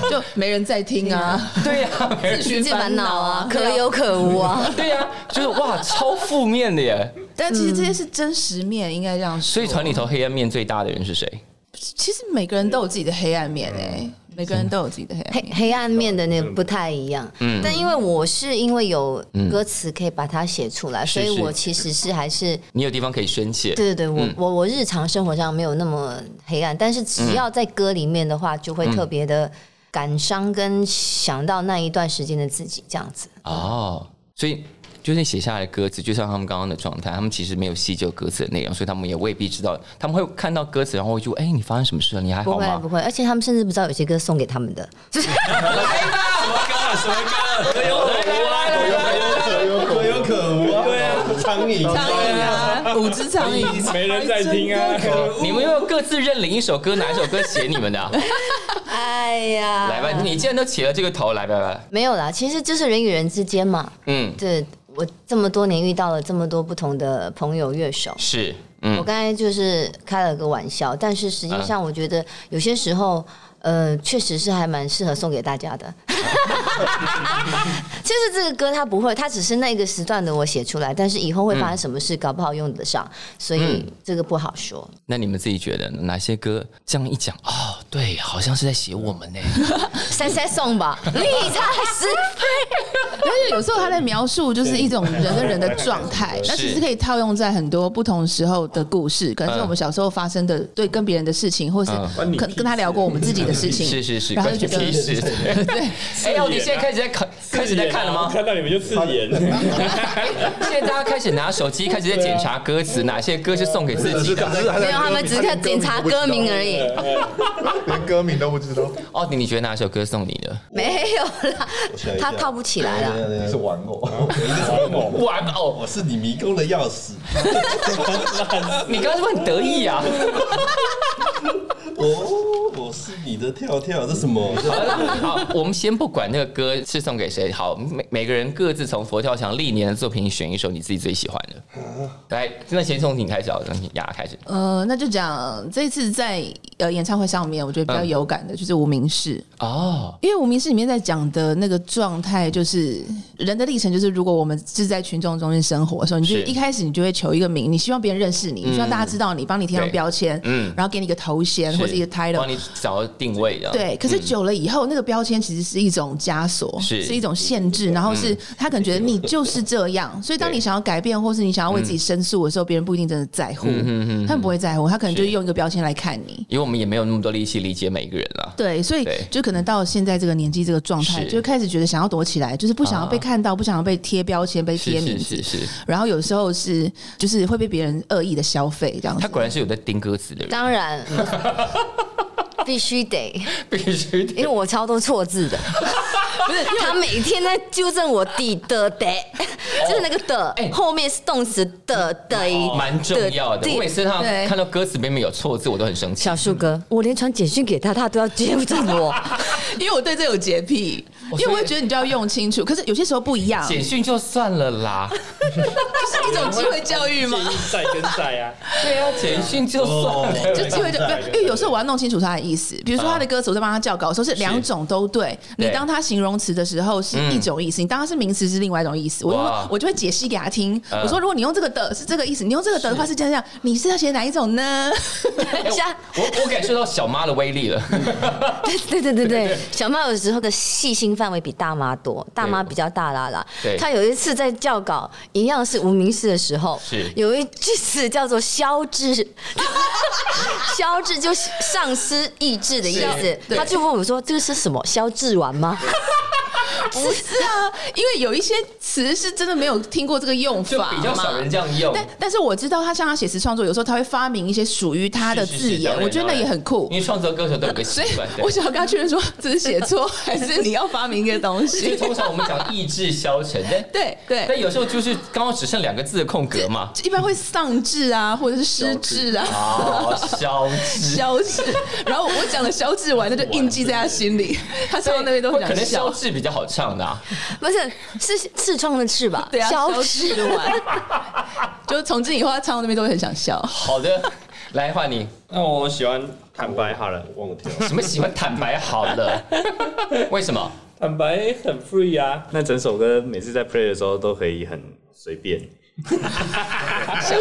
Speaker 4: 就没人在听啊，
Speaker 3: 对呀、
Speaker 4: 自
Speaker 2: 世
Speaker 4: 寻
Speaker 2: 界烦
Speaker 4: 烦
Speaker 2: 恼
Speaker 4: 恼
Speaker 2: 啊
Speaker 4: 啊，，
Speaker 2: 可有可无 啊，
Speaker 3: 对呀、就是哇，超负面的耶。
Speaker 4: 但其实这些是真实面，应该这样说。
Speaker 3: 嗯所以团里头黑暗面最大的人是谁？
Speaker 4: 其实每个人都有自己的黑暗面哎、每个人都有自己的黑暗
Speaker 2: 黑
Speaker 4: 面。
Speaker 2: 黑暗面的那个不太一样，嗯，但因为我是因为有歌词可以把它写出来，所以
Speaker 3: 嗯是
Speaker 2: 我其实是还是
Speaker 3: 你有地方可以宣泄，
Speaker 2: 对对对，
Speaker 3: 嗯
Speaker 2: 我我我日常生活上没有那么黑暗，但是只要在歌里面的话，就会
Speaker 3: 嗯
Speaker 2: 特别的感伤，跟想到那一段时间的自己这样子。
Speaker 3: 哦，所以就是写下来的歌词，就像他们刚刚的状态，他们其实没有细究歌词的内容，所以他们也未必知道，他们会看到歌词，然后会就哎、你发生什么事了？你还
Speaker 2: 不
Speaker 3: 好
Speaker 2: 会
Speaker 3: 吗
Speaker 2: 不？会，而且他们甚至不知道有些歌送给他们的，
Speaker 7: 什么歌？可有
Speaker 1: 可有可无啊，对啊，苍蝇，
Speaker 4: 苍蝇啊， 五只苍蝇，
Speaker 5: 没人在 听啊，
Speaker 3: 你们有没有各自认领一首歌，哪一首歌写你们的啊、
Speaker 2: 哎呀，
Speaker 3: 来吧，你既然都起了这个头，来吧来吧，
Speaker 2: 没有啦，其实就是人与人之间嘛。
Speaker 3: 嗯，
Speaker 2: 对我这么多年遇到了这么多不同的朋友乐手，
Speaker 3: 是，
Speaker 2: 我
Speaker 3: 嗯，
Speaker 2: 刚才就是开了个玩笑，但是实际上我觉得有些时候，呃，确实是还蛮适合送给大家的。 就是这个歌它不会，它只是那个时段的我写出来，但是以后会发生什么事，搞不好用得上，所以这个不好说。
Speaker 3: 那你们自己觉得呢哪些歌这样一讲，哦，对，好像是在写我们呢？
Speaker 2: 塞塞送吧，你才是
Speaker 4: 而且有时候他在描述就是一种人跟人的状 态，那其实可以套用在很多不同时候的故事，可
Speaker 3: 嗯
Speaker 4: 能是我们小时候发生的对跟别人的事情，或是
Speaker 6: 关你
Speaker 4: 跟
Speaker 6: 屁事
Speaker 4: 跟他聊过我们自己的事 情，
Speaker 3: 是是是，
Speaker 4: 然后
Speaker 3: 关
Speaker 4: 就
Speaker 3: 你
Speaker 4: 觉
Speaker 3: 屁
Speaker 4: 得
Speaker 3: 事。对，哎，奥迪现在开始在看，开始在看了吗？
Speaker 5: 看到你们就刺眼，
Speaker 3: 现在大家开始拿手机，开始在检查歌词，哪些歌是送给自
Speaker 6: 可
Speaker 3: 己
Speaker 6: 是
Speaker 3: 的。
Speaker 6: 可是还在
Speaker 2: 没有，他们只是看检查歌名 而，已，
Speaker 6: 连歌名都不知道，
Speaker 3: 奥哦迪，你觉得哪首歌送你的？
Speaker 2: 没有啦
Speaker 1: 想，一
Speaker 2: 他
Speaker 1: 下
Speaker 2: 套不起来了。
Speaker 1: 了
Speaker 6: 是玩偶。
Speaker 1: 我一直玩我，
Speaker 3: 玩偶，
Speaker 1: 我是你迷宫的钥匙，
Speaker 3: 你刚刚是不是很得意啊？
Speaker 1: 我我是你的跳跳，这什么？
Speaker 3: 好，我们先不管那个歌是送给谁，好，每每个人各自从佛跳墙历年的作品选一首你自己最喜欢的。来，那先从你开始，好，从你雅开始。
Speaker 4: 呃，那就讲这次在呃演唱会上面，我觉得比较有感的就是无名氏，
Speaker 3: 哦，
Speaker 4: 因为无名氏里面在讲的那个状态，就是人的历程，就是如果我们是在群众中间生活的时候，你就是一开始你就会求一个名，你希望别人认识你，你希望大家知道你，帮你贴上
Speaker 3: 对
Speaker 4: 标签，
Speaker 3: 嗯
Speaker 4: 嗯，然后给你一个头衔或者一个 title，
Speaker 3: 帮你找到定位的。
Speaker 4: 对，可是久了以后，那个标签其实是一种枷锁，
Speaker 3: 嗯是嗯
Speaker 4: 一种限制，然后是他可能觉得你就是这样，所以当
Speaker 3: 对
Speaker 4: 你想要改变，或是你想要为自己申诉的时候，别人不一定真的在乎，
Speaker 3: 嗯
Speaker 4: 他们不会在乎，他可能就是是用一个标签来看你。
Speaker 3: 因为我们也没有那么多力气理解每一个人啦。
Speaker 4: 对，所以
Speaker 3: 对
Speaker 4: 就可能到现在这个年纪、这个状态，
Speaker 3: 是
Speaker 4: 就开始觉得想要躲起来，就是不想要被
Speaker 3: 啊
Speaker 4: 看到，不想要被贴标签、被贴
Speaker 3: 是
Speaker 4: 名
Speaker 3: 是
Speaker 4: 字
Speaker 3: 是。是，
Speaker 4: 然后有时候是就是会被别人恶意的消费这样子
Speaker 3: 他。果然是有在盯歌词的人，
Speaker 2: 当 然，必须得，
Speaker 3: 必须
Speaker 2: 因为我超多错字 的。不是，他每天在纠正我的的的，就是那个的，
Speaker 3: 哦哎哦
Speaker 2: 后面是动词的的，
Speaker 3: 蛮重要的。
Speaker 2: 对
Speaker 3: 我每次他
Speaker 4: 对
Speaker 3: 看嗯到歌词里面有错字，我都很生气。
Speaker 2: 小树哥，我连传简讯给他，他啊 都要纠正我。
Speaker 4: 因为我对这有洁癖，
Speaker 3: 哦
Speaker 4: 因为我会觉得你就要用清楚，可是有些时候不一 样，
Speaker 3: 简讯就算了 啦，
Speaker 4: 就是一种机会教育嘛。
Speaker 5: 在跟在啊，
Speaker 3: 对啊，简讯就算了。
Speaker 4: 就机会就不要，因为有时候我要弄清楚他的意思。比如说他的歌词，我在帮他校稿的时候是两种都对。你
Speaker 3: 啊对嗯
Speaker 4: 当他形容词的时候是一种意思，你当他是名词是另外一种意思。我就
Speaker 3: 哇
Speaker 4: 会我就会解析给他听。
Speaker 3: 嗯
Speaker 4: 我说如果你用这个的是这个意思，你用这个的话是这样这样，你是要写哪一种呢？
Speaker 2: 像，
Speaker 3: 哎我我感受到小妈的威力了，
Speaker 2: 对对对对，小妈有时候的细心范围比大妈多，大妈比较大啦啦
Speaker 3: 对。
Speaker 2: 她有一次在校稿，一样是无名氏的时候
Speaker 3: 是，
Speaker 2: 有一句词叫做“消志”， 消志就是丧失意志的意思
Speaker 4: 是。对
Speaker 2: 她就问我说：“这个是什么？消志丸吗？”
Speaker 4: 不是啊，因为有一些词是真的没有听过这个用
Speaker 3: 就
Speaker 4: 法
Speaker 3: 比较少
Speaker 4: 嘛
Speaker 3: 人这样用。
Speaker 4: 但但是我知道他像他写词创作，有时候他会发明一些属于他的
Speaker 3: 是
Speaker 4: 字眼，我觉得那也很酷
Speaker 3: 因。为创作歌手都有个习
Speaker 4: 所以
Speaker 3: 惯，对
Speaker 4: 我想要跟他确认说，这是写错 还是你要发明一个东
Speaker 3: 所以
Speaker 4: 西？
Speaker 3: 通常我们讲意志消沉，但
Speaker 4: 对对，
Speaker 3: 但有时候就是刚好只剩两个字的空格 嘛，
Speaker 4: 一般会丧志 啊，或者是失志啊。
Speaker 3: 哦，消滞。
Speaker 4: 消志，然后我讲了消志完，他就印记在他心里，他唱到那边都很
Speaker 3: 可
Speaker 4: 想
Speaker 3: 能消
Speaker 4: 笑。
Speaker 3: 滞比较好唱的、啊，
Speaker 2: 不是是刺创的翅吧？
Speaker 4: 对啊，消
Speaker 2: 失
Speaker 4: 志完， 就从今以后他唱到那边都会很想笑。
Speaker 3: 好的，来换你。
Speaker 5: 那我喜欢坦白好了，忘了掉。
Speaker 3: 什么喜欢坦白好 了？为什么？
Speaker 5: 坦白很 free 啊，
Speaker 8: 那整首歌每次在 play 的时候都可以很随便，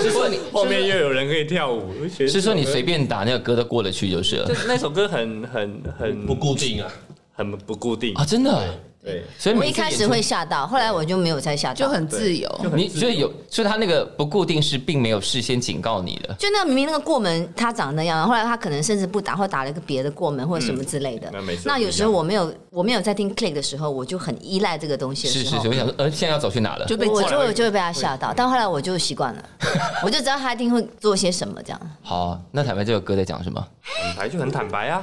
Speaker 3: 是说你
Speaker 8: 后面又有人可以跳舞，我就觉得
Speaker 3: 是说你随便打那个歌都过得去就是了
Speaker 8: 就是那首歌很很很
Speaker 1: 不固定啊，
Speaker 8: 很不固定
Speaker 3: 啊，，真的。
Speaker 8: 对，
Speaker 3: 所以
Speaker 2: 我
Speaker 3: 每
Speaker 2: 一
Speaker 3: 次
Speaker 2: 开
Speaker 3: 演
Speaker 2: 始
Speaker 3: 出
Speaker 2: 会吓到，后来我就没有再吓到，
Speaker 4: 就很自由，
Speaker 3: 你所以有，所以他那个不固定是并没有事先警告你的。
Speaker 2: 就那明明那个过门他长那样，后来他可能甚至不打，或打了一个别的过门或者什么之类的。
Speaker 8: 嗯那每次
Speaker 2: 有时候
Speaker 8: 不一
Speaker 2: 我没有我没有在听 click 的时候，我就很依赖这个东西的
Speaker 3: 是
Speaker 2: 时
Speaker 3: 是
Speaker 2: 候。
Speaker 3: 是，我想说，呃，现在要走去哪了？
Speaker 4: 就被
Speaker 2: 我
Speaker 4: 讲
Speaker 2: 就我就会被他吓到，但后来我就习惯 了，我就知道他一定会做些什么这样。
Speaker 3: 好啊，那坦白这首歌在讲什么？
Speaker 8: 坦白就很坦白啊，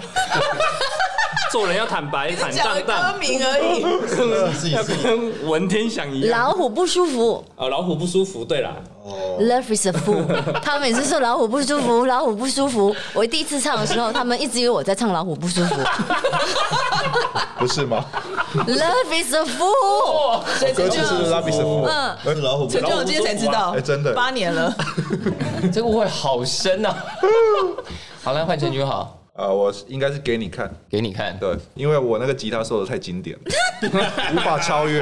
Speaker 8: 做人要坦白坦
Speaker 4: 讲
Speaker 8: 荡
Speaker 4: 了歌
Speaker 8: 荡，
Speaker 4: 名而已。
Speaker 1: 是
Speaker 8: 要
Speaker 1: 是
Speaker 8: 跟文天祥一样，
Speaker 2: 老虎不舒服
Speaker 5: 啊，老虎不舒服。对啦，
Speaker 2: ，Love is a fool。他 每次说老虎不舒服，老虎不舒服。我第一次唱的时候，他们一直以为我在唱老虎不舒服。
Speaker 6: 不 是吗？
Speaker 2: Love is a fool。
Speaker 4: 所以
Speaker 6: 歌
Speaker 4: 陈
Speaker 6: 词
Speaker 4: 俊
Speaker 6: 是拉比斯夫，
Speaker 2: 嗯，
Speaker 1: 而且老虎不
Speaker 4: 陈俊，我今天才知道，
Speaker 6: 哎真的
Speaker 4: 八 年了。
Speaker 3: 这个误会好深啊！ 好，来换陈君豪，
Speaker 6: 啊，我应该是给你看，
Speaker 3: 给你看。
Speaker 6: 对，因为我那个吉他收的太经典了，无法超越。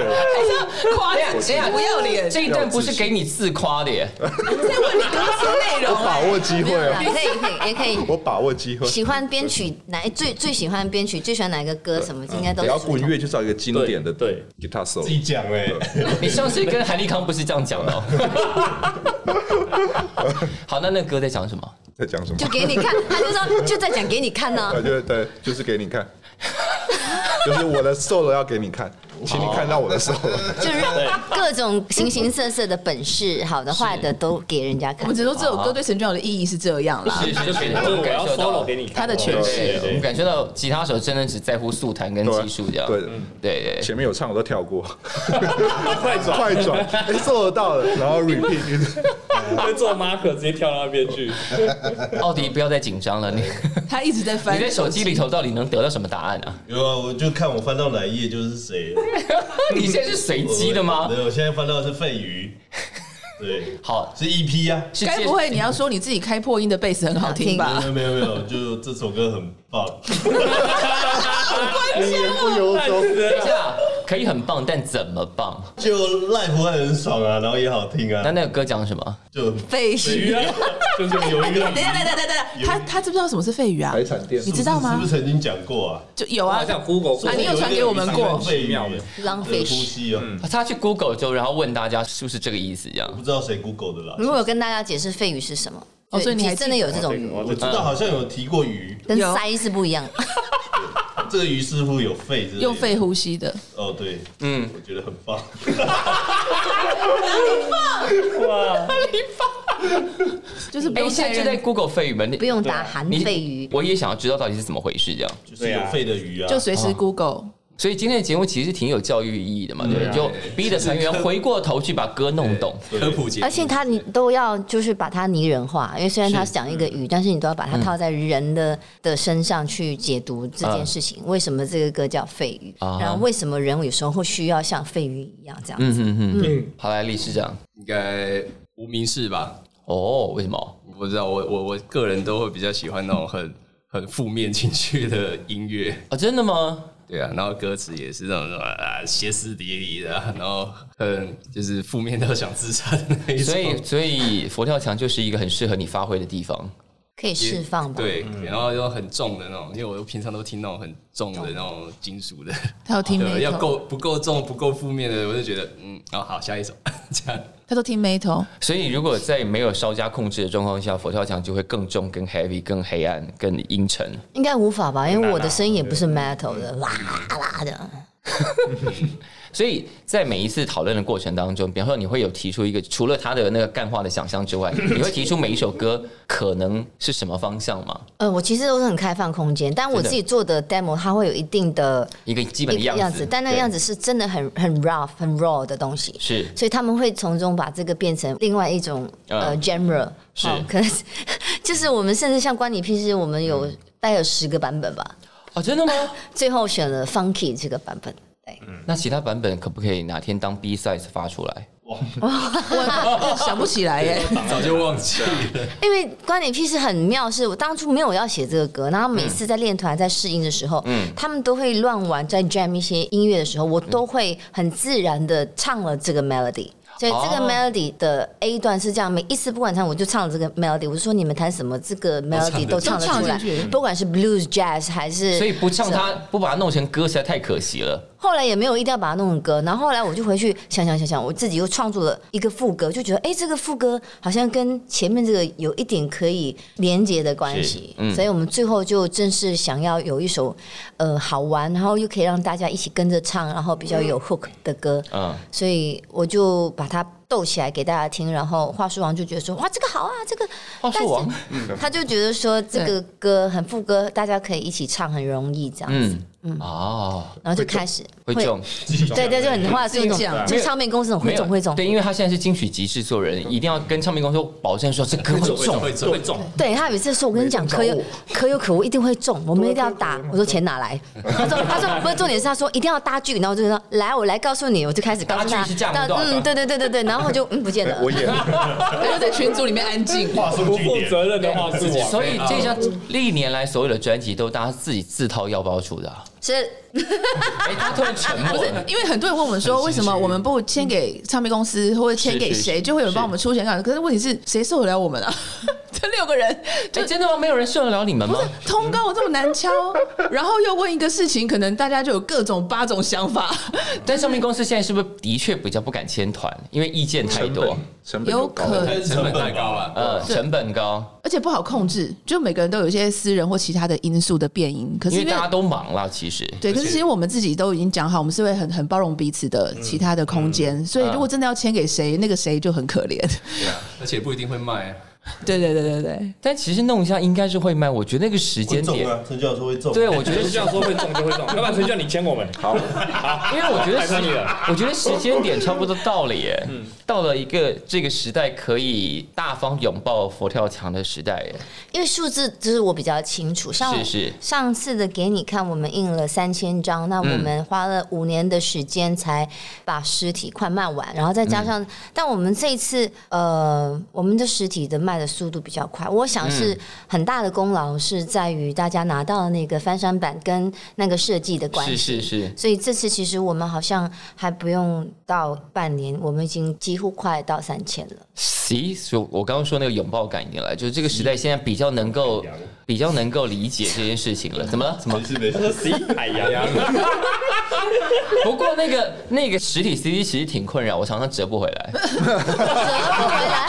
Speaker 4: 夸
Speaker 3: 等一下等一下
Speaker 4: 不要脸，
Speaker 3: 这一段不是给你自夸的耶，
Speaker 4: 在问你歌词内容
Speaker 6: 我把握机
Speaker 2: 没
Speaker 6: 会
Speaker 2: 有啦，
Speaker 6: 啊，
Speaker 2: 可以可以也可以。
Speaker 6: 我把握机会。
Speaker 2: 喜欢编曲哪最最喜欢编曲，最喜欢哪一个歌什么，应该都
Speaker 6: 只
Speaker 2: 是
Speaker 6: 要呃滚乐就找一个经典的
Speaker 5: 对
Speaker 6: 吉他手
Speaker 1: 自，己讲嘞，
Speaker 3: 你上次跟韩立康不是这样讲的哦。好，那那歌在讲什么？
Speaker 6: 在讲什么
Speaker 2: 就？给你看， 他就说就在讲给你看呢、
Speaker 6: 对对对，就是给你看， 就是我的 solo 要给你看，请你看到我的 solo。
Speaker 2: 就是各种形形色色的本事，好的坏的都给人家
Speaker 4: 我
Speaker 2: 看
Speaker 4: 们。只说这首歌对陈俊豪的意义是这样啦。
Speaker 3: 是是
Speaker 5: 就是
Speaker 3: 是，
Speaker 5: 我要 solo 给
Speaker 3: 你。
Speaker 5: 你
Speaker 4: 他
Speaker 5: 看
Speaker 4: 的诠释
Speaker 3: 对，我们感觉到吉他手真的只在乎速弹跟技术这样。
Speaker 6: 对，
Speaker 3: 对对，
Speaker 6: 前面有唱我都跳过，快转快转，哎，solo 到了，然后 repeat，
Speaker 5: 会做 marker 直接跳到那边去。
Speaker 3: 奥迪不要再紧张了，你
Speaker 4: 他一直在 翻
Speaker 3: 你在手机里头到底能得到什么答案啊？
Speaker 1: 有啊，我就看我翻到哪一页就是谁。
Speaker 3: 你现在是随机的吗？
Speaker 1: 对，我现在翻到的是费鱼，对，
Speaker 3: 好，
Speaker 1: 是 EP 啊。
Speaker 3: 是
Speaker 4: 该
Speaker 3: 介
Speaker 4: 不会你要说你自己开破音的贝斯很好听吧
Speaker 1: 没？有没有没有，就这首歌很棒，
Speaker 6: 言不由衷。
Speaker 3: 等一下可以很棒，但怎么棒？
Speaker 1: 就 live 会很爽啊，然后也好听
Speaker 3: 那
Speaker 1: 啊，
Speaker 3: 那个歌讲什么？
Speaker 1: 就
Speaker 4: 费
Speaker 1: 费
Speaker 4: 鱼
Speaker 1: 鱼，啊，就是有 一个
Speaker 4: 等一下等一下等一下等一下，他他知不知道什么是费鱼啊
Speaker 6: 海？产店
Speaker 4: 你知道
Speaker 1: 哎是
Speaker 4: 吗
Speaker 1: 不？是曾经讲过啊？
Speaker 4: 就有
Speaker 5: 我
Speaker 4: 啊
Speaker 5: 好，想 Google
Speaker 4: 啊你有传给我们过
Speaker 1: 费鱼的
Speaker 2: 浪
Speaker 1: 呼
Speaker 2: 费时。
Speaker 1: 吸哦，
Speaker 3: 他去 Google 之后，然后问大家是不是这个意思？这样
Speaker 1: 不知道谁 Google 的啦。
Speaker 2: 如果有跟大家解释肺语是什么，
Speaker 4: 哦所以你还
Speaker 2: 真的有这种鱼，
Speaker 1: 我知道好像有提过鱼，
Speaker 2: 跟
Speaker 6: 哦
Speaker 4: 有
Speaker 2: 鳃是不一样的。
Speaker 1: 这个鱼似乎有肺之类的，
Speaker 4: 用肺呼吸的，
Speaker 1: 哦，对，嗯，我觉得很棒。
Speaker 4: 就是不
Speaker 3: 哎，
Speaker 4: 用
Speaker 3: 现
Speaker 4: 太
Speaker 3: 在就在
Speaker 4: 认
Speaker 3: Google 费语门，你
Speaker 2: 不用
Speaker 6: 啊
Speaker 2: 打含
Speaker 3: 你
Speaker 2: 肺鱼，
Speaker 3: 我也想要知道到底是怎么回事这样。
Speaker 1: 就是有肺的鱼啊，
Speaker 4: 就随时
Speaker 3: 哦
Speaker 4: Google。
Speaker 3: 所以今天的节目其实挺有教育意义的嘛，对不对？就逼着成员 回过头去把歌弄懂。
Speaker 7: 科普节目
Speaker 2: 而且他你都要就是把它拟人化，因为虽然他讲一个
Speaker 3: 嗯
Speaker 2: 鱼，但是你都要把它套在人的的身上去解读这件事情。为什么这个歌叫肺鱼？
Speaker 3: 啊
Speaker 2: 然后为什么人有时候会需要像肺鱼一样这样子？
Speaker 3: 嗯嗯嗯。好，来李市长，
Speaker 7: 应该无名氏吧？
Speaker 3: 哦，为什么？
Speaker 7: 我不知道，我我我个人都会比较喜欢那种很 很负面情绪的音乐，
Speaker 3: 啊，真的吗？
Speaker 7: 对啊，然后歌词也是那种什么啊歇斯底里的啊，然后很就是负面到想自杀的那一种，
Speaker 3: 所以所以佛跳墙就是一个很适合你发挥的地方。
Speaker 2: 可以释放吧？
Speaker 7: 对，
Speaker 3: 嗯
Speaker 7: 然后又很重的那种，因为我平常都听那种很重的那种金属的，
Speaker 4: 他有
Speaker 3: 哦
Speaker 4: 听
Speaker 7: 对，要
Speaker 4: metal，
Speaker 7: 够不够重不够负面的，我就觉得嗯，哦好，下 一首这样。
Speaker 4: 他都听 metal，
Speaker 3: 所以如果在没有稍加控制的状况下，佛跳墙就会更重、更 heavy、更黑暗、更阴沉。啊嗯
Speaker 2: 应该无法吧？因为我的声音也不是 metal 的，啦啦的。
Speaker 3: 所以在每一次讨论的过程当中，比方说你会有提出一个，除了他的那个干话的想象之外，你会提出每一首歌可能是什么方向吗？
Speaker 2: 呃，我其实都是很开放空间，但我
Speaker 3: 真的
Speaker 2: 自己做的 demo 它会有一定的
Speaker 3: 一个基本的
Speaker 2: 一个
Speaker 3: 样子，
Speaker 2: 但那个样
Speaker 3: 子
Speaker 2: 子是真的很很 rough、很 raw 的东西。
Speaker 3: 是
Speaker 2: 所以他们会从中把这个变成另外一种呃
Speaker 3: 嗯
Speaker 2: genre，
Speaker 3: 是
Speaker 2: 哦可能是就是我们甚至像关你屁事，我们有大概有十个版本吧，
Speaker 3: 哦，真的吗？
Speaker 2: 最后选了 funky 这个版本。对，
Speaker 3: 那其他版本可不可以哪天当 B size 发出来？
Speaker 4: 我想不起来耶。
Speaker 7: 早就忘记了。
Speaker 2: 因为关你屁事很妙，是我当初没有要写这个歌，然后每次在练团在试音的时候，他们都会乱玩，在 jam 一些音乐的时候，我都会很自然的唱了这个 melody。所以这个
Speaker 3: 哦
Speaker 2: melody 的 A 段是这样，每一次不管唱，我就唱了这个 melody。我就说你们弹什么，这个 melody 都唱得出来
Speaker 4: 都唱进去，
Speaker 2: 不管是 blues、jazz 还是啊
Speaker 3: 所以不唱它，不把它弄成歌实在太可惜了。
Speaker 2: 后来也没有一定要把它弄成歌，然后后来我就回去想想想想，我自己又创作了一个副歌，就觉得哎，诶这个副歌好像跟前面这个有一点可以连接的关系，
Speaker 3: 嗯
Speaker 2: 所以我们最后就正式想要有一首呃好玩，然后又可以让大家一起跟着唱，然后比较有 hook 的歌，
Speaker 3: 嗯，
Speaker 2: 所以我就把它斗起来给大家听，然后话术王就觉得说哇这个好啊，这个
Speaker 3: 话术王
Speaker 2: 但是他就觉得说这个歌很副歌，大家可以一起唱，很容易这样子，
Speaker 3: 嗯嗯，哦，
Speaker 2: 然后就开始
Speaker 3: 会中。
Speaker 2: 对对，就很话术
Speaker 4: 这样
Speaker 2: 总，就唱片公司总会总会总，
Speaker 3: 对，因为他现在是金曲集制作人，一定要跟唱片公司保证说这歌会中。
Speaker 8: 会中会中，
Speaker 2: 对他有一次说，我跟你讲，可有可有可无，一定会中，我们一定要打。我说钱哪 来？他说他说不是重点是他说一定要搭剧，然后我就说来我来告诉你，我就开始告诉
Speaker 3: 搭
Speaker 2: 他
Speaker 3: 剧是这样，
Speaker 2: 但
Speaker 3: 我懂
Speaker 2: 嗯对对对对对，然后就嗯不 见了
Speaker 6: 我。演
Speaker 4: 他就在群组里面安静。
Speaker 1: 话术
Speaker 5: 不
Speaker 1: 据
Speaker 5: 负
Speaker 1: 点，
Speaker 5: 责任的话术王，
Speaker 3: 所以这张历年来所有的专辑都大家自己自掏腰包出的、啊。
Speaker 2: 是
Speaker 3: 哎，他突然沉默了。
Speaker 4: 因为很多人问我们说，为什么我们不签给唱片公司或者签给
Speaker 3: 是是
Speaker 4: 谁，就会有人帮我们出钱干嘛？可是问题是，谁受得了我们啊？ 这六个人就
Speaker 3: 哎，真的吗？没有人受得了你们吗？
Speaker 4: 通告这么难敲，然后又问一个事情，可能大家就有各种八种想法，
Speaker 3: 但唱片公司现在是不是的确比较不敢签团，因为意见太
Speaker 6: 成
Speaker 3: 多
Speaker 6: 本，，成 本
Speaker 4: 有
Speaker 6: 又高
Speaker 4: 可能，
Speaker 7: 成本太高了，
Speaker 3: 呃，成本高，
Speaker 4: 而且不好控制，就每个人都有一些私人或其他的因素的变因。可是
Speaker 3: 因
Speaker 4: 因
Speaker 3: 为
Speaker 4: 为
Speaker 3: 大家都忙了，其实。
Speaker 4: 对，可是其实我们自己都已经讲好，我们是会很很包容彼此的其他的空间，所以如果真的要签给谁，那个谁就很 可怜。
Speaker 7: 对啊，而且不一定会卖啊。
Speaker 4: 对对对对对，
Speaker 3: 但其实弄一下应该是会卖，我觉得那个时
Speaker 1: 会
Speaker 3: 间
Speaker 1: 中
Speaker 3: 点，
Speaker 1: 啊，陈教授会中。
Speaker 3: 对我觉得
Speaker 5: 陈教说会中就会中，要不然陈教你签我们，
Speaker 6: 好，
Speaker 3: 因为我觉得
Speaker 5: 太
Speaker 3: 时
Speaker 5: 叛逆了，嗯
Speaker 3: 我觉得时间点差不多到了耶，到了一个这个时代可以大方拥抱佛跳墙的时代耶，
Speaker 2: 因为数字就是我比较清楚，像
Speaker 3: 是是
Speaker 2: 上次的给你看，我们印了三千张，那我
Speaker 3: 嗯
Speaker 2: 们花了五年的时间才把实体快卖完，然后再加上，
Speaker 3: 嗯
Speaker 2: 但我们这一次呃，我们的实体的卖的速度比较快，我想
Speaker 3: 嗯
Speaker 2: 是很大的功劳是在于大家拿到那个翻山版跟那个设计的关系。
Speaker 3: 是是是，
Speaker 2: 所以这次其实我们好像还不用到半年，我们已经几乎快到三千 了。
Speaker 3: 咦，所以我刚刚说那个拥抱感已经来，就是这个时代现在比较能
Speaker 5: 哎
Speaker 3: 够比较能够理解这件事情了，怎么了？怎么了？
Speaker 1: 没事没事，
Speaker 5: 谁海洋？
Speaker 3: 不过那个那个实体 CD 其实挺困扰，我常常折不回来，
Speaker 5: 哦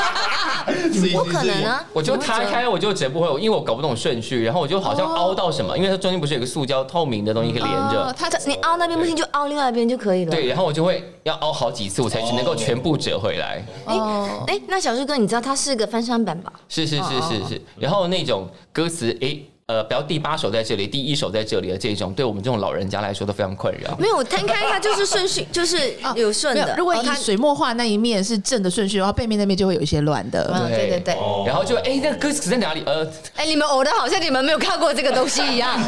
Speaker 2: 不可能啊！
Speaker 3: 我就
Speaker 2: 怎么
Speaker 3: 摊
Speaker 2: 会这样
Speaker 3: 开我就折不回来，因为我搞不懂顺序，然后我就好像凹到什么，因为它中间不是有个塑胶透明的东西可以连着
Speaker 4: 哦，他
Speaker 2: 这你凹那边不行，就凹另外一边就可以了。
Speaker 3: 对，然后我就会要凹好几次，我才能够全部折回来。
Speaker 2: 哎、
Speaker 4: 哦
Speaker 2: 哎、那小树哥，你知道它是个翻山版吧？
Speaker 3: 是是是是是，然后那种歌词，诶，呃，比如第八首在这里，第一首在这里的这种，对我们这种老人家来说都非常困扰。
Speaker 2: 没有，我摊开它就是顺序， 就是有顺
Speaker 4: 没
Speaker 2: 的。
Speaker 4: 有如果
Speaker 2: 哦
Speaker 4: 以水墨画那一面是正的顺序的话，背面那面就会有一些乱的。
Speaker 2: 嗯，对对对。
Speaker 3: 然后就诶，那个歌词在哪里？呃，
Speaker 2: 哎、你们偶的好像你们没有看过这个东西一 样。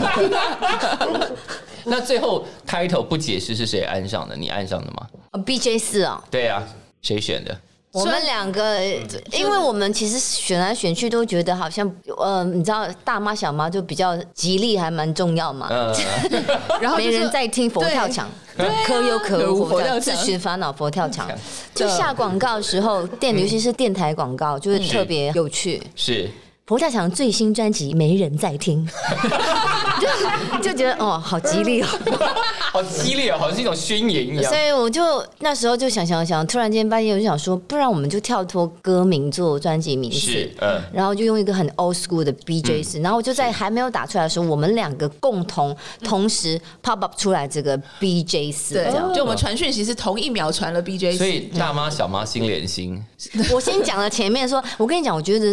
Speaker 3: 那最后 title 不解释是谁按上的，你按上的吗？
Speaker 2: B J 四哦，
Speaker 3: 对啊，谁选的？
Speaker 2: 我们两个，
Speaker 4: 嗯
Speaker 2: 因为我们其实选来选去都觉得好像，呃，你知道大妈小妈就比较吉利，还蛮重要嘛。
Speaker 3: 呃，
Speaker 4: 然后就
Speaker 2: 没
Speaker 4: 是
Speaker 2: 人在听佛跳墙，可有可无佛跳墙，自寻烦恼佛跳墙。
Speaker 4: 嗯
Speaker 2: 就下广告时候，电尤其是电台广告，就是特别有趣。
Speaker 3: 是
Speaker 2: 彭大强最新专辑没人在听，就就觉得哦，好吉利哦。
Speaker 3: 好激烈哦，好像是一种宣言一样
Speaker 2: 所。以我就那时候就想想想，突然间半夜我就想说，不然我们就跳脱歌名做专辑名字
Speaker 3: 是，，嗯，
Speaker 2: 然后就用一个很 old school 的 BJ 式，然后我就在还没有打出来的时候，我们两个共同同时 pop up 出来这个 BJ 式，
Speaker 4: 对
Speaker 2: 这样。，
Speaker 4: 就我们传讯息是同一秒传了 BJ，
Speaker 3: 所以嗯大妈小妈心连心，
Speaker 2: 我先讲了前面说，我跟你讲，我觉得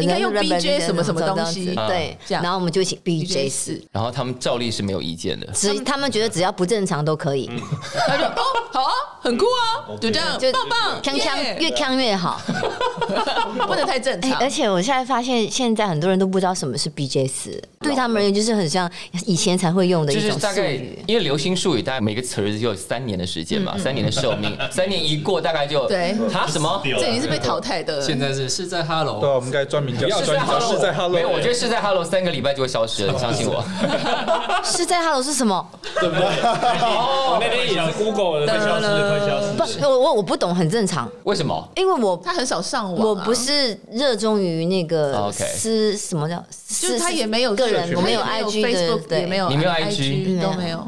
Speaker 4: 应该用 BJ 什么什么东西
Speaker 2: 这样子对，
Speaker 4: 这样
Speaker 2: 然后我们就一起 BJ 式，
Speaker 4: 是，
Speaker 3: 然后他们照例是没有意见的。
Speaker 2: 只他们觉得只要不正常都可以，
Speaker 4: 他就哦好啊，很酷啊，就这样，
Speaker 2: 就
Speaker 4: 棒棒，
Speaker 2: 锵锵
Speaker 4: 耶
Speaker 2: 越 锵越 好。
Speaker 4: 不能太正
Speaker 2: 哎，
Speaker 4: 常，
Speaker 2: 而且我现在发现，现在很多人都不知道什么是 BJ 词，对他们而言就是很像以前才会用的
Speaker 3: 就
Speaker 2: 一
Speaker 3: 是
Speaker 2: 种
Speaker 3: 大
Speaker 2: 术
Speaker 3: 概
Speaker 2: 语。，嗯
Speaker 3: 因为流行术语，大概每个词儿就有三年的时间嘛，三年的寿 命，三年一过，大概就
Speaker 4: 对
Speaker 3: 他什么
Speaker 4: 这已经是被淘汰的，
Speaker 7: 现在是是在哈
Speaker 6: 对啊，
Speaker 7: 喽，
Speaker 6: 我们该专门叫
Speaker 7: 要
Speaker 6: 专门叫是在 Hello，
Speaker 3: 没有，我觉得是在 Hello 三个礼拜就会消 失了，你相信我。
Speaker 2: 是在 Hello 是什么？
Speaker 5: 对不对？我那天也是 Google 的，
Speaker 4: 快
Speaker 5: 快
Speaker 4: 消
Speaker 5: 消
Speaker 4: 失
Speaker 5: 失，
Speaker 4: 快
Speaker 5: 快
Speaker 4: 消
Speaker 5: 消
Speaker 4: 失
Speaker 5: 失。
Speaker 2: 不，我我我不懂，很正常，
Speaker 3: 为什么？
Speaker 2: 因为我
Speaker 4: 他很少上网啊，
Speaker 2: 我不是热衷于那个
Speaker 3: OK
Speaker 2: 私什么叫私，
Speaker 4: 哦就是他也没有
Speaker 2: 个
Speaker 4: 社
Speaker 2: 人，
Speaker 4: 群
Speaker 2: 我没有
Speaker 4: 他也
Speaker 2: IG 的，
Speaker 4: Facebook，
Speaker 2: 对，
Speaker 4: 也没。有，
Speaker 3: 你没有
Speaker 4: IG
Speaker 3: IG
Speaker 4: 都没有，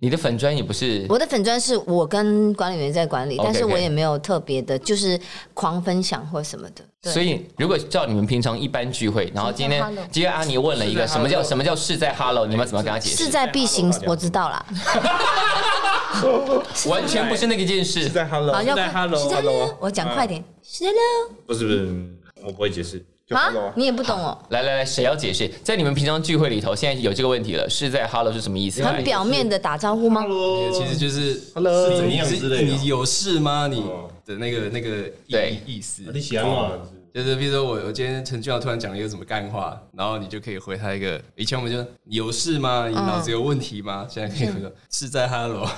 Speaker 3: 你的粉砖也不是
Speaker 2: 我的粉砖是我跟管理员在管理，
Speaker 3: OK，
Speaker 2: 但是我
Speaker 3: OK
Speaker 2: 也没有特别的，就是狂分享或什么的。对
Speaker 3: 所以，如果照你们平常一般聚会，然后今天
Speaker 2: 什么叫 hello？
Speaker 3: 今天阿尼问了一个什么叫什么叫是在 hello，你们怎么跟他解
Speaker 2: 势
Speaker 3: 释？
Speaker 2: 在必行，我知道啦。
Speaker 3: 完全不是那个件事
Speaker 6: 是。在 Hello，
Speaker 2: 好，要快
Speaker 5: 在 hello
Speaker 2: 是在 hello，我
Speaker 5: 嗯
Speaker 2: 讲快点。是 hello
Speaker 8: 不是不是，我不会解释。
Speaker 6: 就 Hello
Speaker 2: 啊
Speaker 6: 啊，，
Speaker 2: 你也不懂 哦。
Speaker 3: 来来来，谁要解释？在你们平常聚会里头，现在有这个问题了，是在 hello 是什么意思？哎
Speaker 2: 很表面的打招呼吗？
Speaker 1: 哦
Speaker 7: 其实就是
Speaker 6: Hello
Speaker 1: 是怎样之类
Speaker 7: 你
Speaker 1: 的。
Speaker 7: 有事吗？你
Speaker 5: 哦
Speaker 7: 的那个那个
Speaker 3: 对
Speaker 7: 意意思，
Speaker 5: 啊
Speaker 1: 你喜欢嘛？
Speaker 7: 就是比如说我我今天陈俊耀突然讲了一个什么干话，然后你就可以回他一个，以前我们就有事吗？你脑子有问题吗？现在可以回说是在 hello，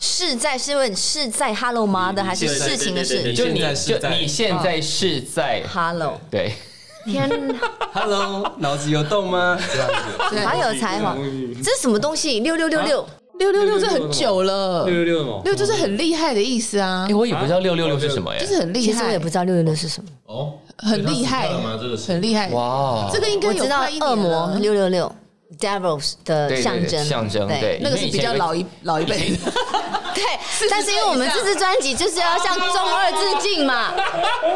Speaker 2: 是在是问是在 hello 吗的，还是事情的
Speaker 8: 对对对对
Speaker 2: 事
Speaker 8: 对
Speaker 3: 就你
Speaker 7: 现在是
Speaker 3: 就
Speaker 7: 在
Speaker 3: 你现在是在
Speaker 2: ？hello，
Speaker 3: 对，
Speaker 2: 天哪，
Speaker 7: hello，脑子有动吗？这样子，
Speaker 4: 对
Speaker 2: 啊好有才华！这是什么东西？六六六六，
Speaker 4: 六六六这很久了，
Speaker 5: 六六六嘛，
Speaker 4: 六就是很厉害的意思啊
Speaker 3: 哎，，我也不知道六六六是什么哎
Speaker 4: 就。是很厉
Speaker 2: 其实我也
Speaker 4: 害
Speaker 2: 不，知道六六六是什么。
Speaker 1: 哦，
Speaker 4: 很厉害
Speaker 1: 知道吗？这个是
Speaker 4: 很厉害，
Speaker 3: 哇哦，
Speaker 4: 这个应该
Speaker 2: 我
Speaker 4: 有
Speaker 2: 知道
Speaker 4: 快一年
Speaker 2: 恶魔
Speaker 4: 了啊
Speaker 2: 六六六 devils 的
Speaker 3: 对对对
Speaker 2: 象征，
Speaker 3: 象征对
Speaker 4: 那个是比较老一老一辈的，
Speaker 2: 对，但是因为我们这次专辑就是要向中二致敬 嘛，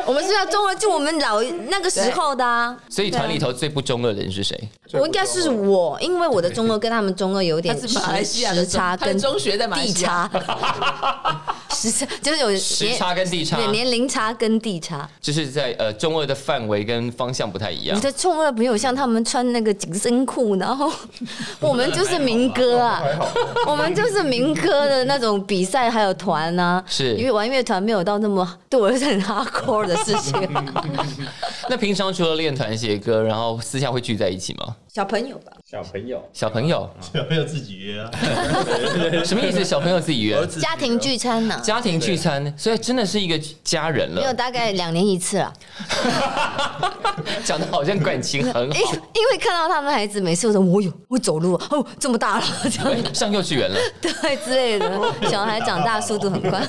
Speaker 2: 我们是要中二，就我们老那个时候的啊。
Speaker 3: 所以团里头最不中二的人是谁？
Speaker 2: 我应该是我，因为我的中二跟他们中二有点
Speaker 4: 他是马来西亚的
Speaker 2: 时差
Speaker 4: 中他的
Speaker 2: 跟
Speaker 4: 中学在马来
Speaker 2: 地
Speaker 4: 西
Speaker 2: 差
Speaker 4: 亚，
Speaker 2: 时差就是有
Speaker 3: 时差跟地差，
Speaker 2: 对年龄差跟地差。
Speaker 3: 就是在呃中二的范围跟方向不太一样
Speaker 2: 你。的中二没有像他们穿那个紧身裤，然 后我们就是民歌啊，我们就是民歌的那种比赛还有团啊，
Speaker 3: 是
Speaker 2: 因为玩乐团没有到那么对我是很 hardcore 的事 情
Speaker 3: 嗯
Speaker 2: 啊、
Speaker 3: 那平常除了练团写歌，然后私下会聚在一起吗？
Speaker 2: 小朋友吧，
Speaker 5: 小朋友，
Speaker 3: 小朋友
Speaker 1: 小朋友自己约啊。
Speaker 3: 什么意思？小朋友自己约
Speaker 7: 儿子
Speaker 2: 家庭聚餐呢、
Speaker 3: 家庭聚餐，所以真的是一个家人
Speaker 2: 没有
Speaker 3: 了。
Speaker 2: 大概两年一次啊，
Speaker 3: 讲的好像感情很
Speaker 2: 因
Speaker 3: 好，
Speaker 2: 因为看到他们孩子每次我说我有会走路啊哦这么大了 这样
Speaker 3: 哎上幼稚园了，
Speaker 2: 对之类的，小孩长大速度很 快，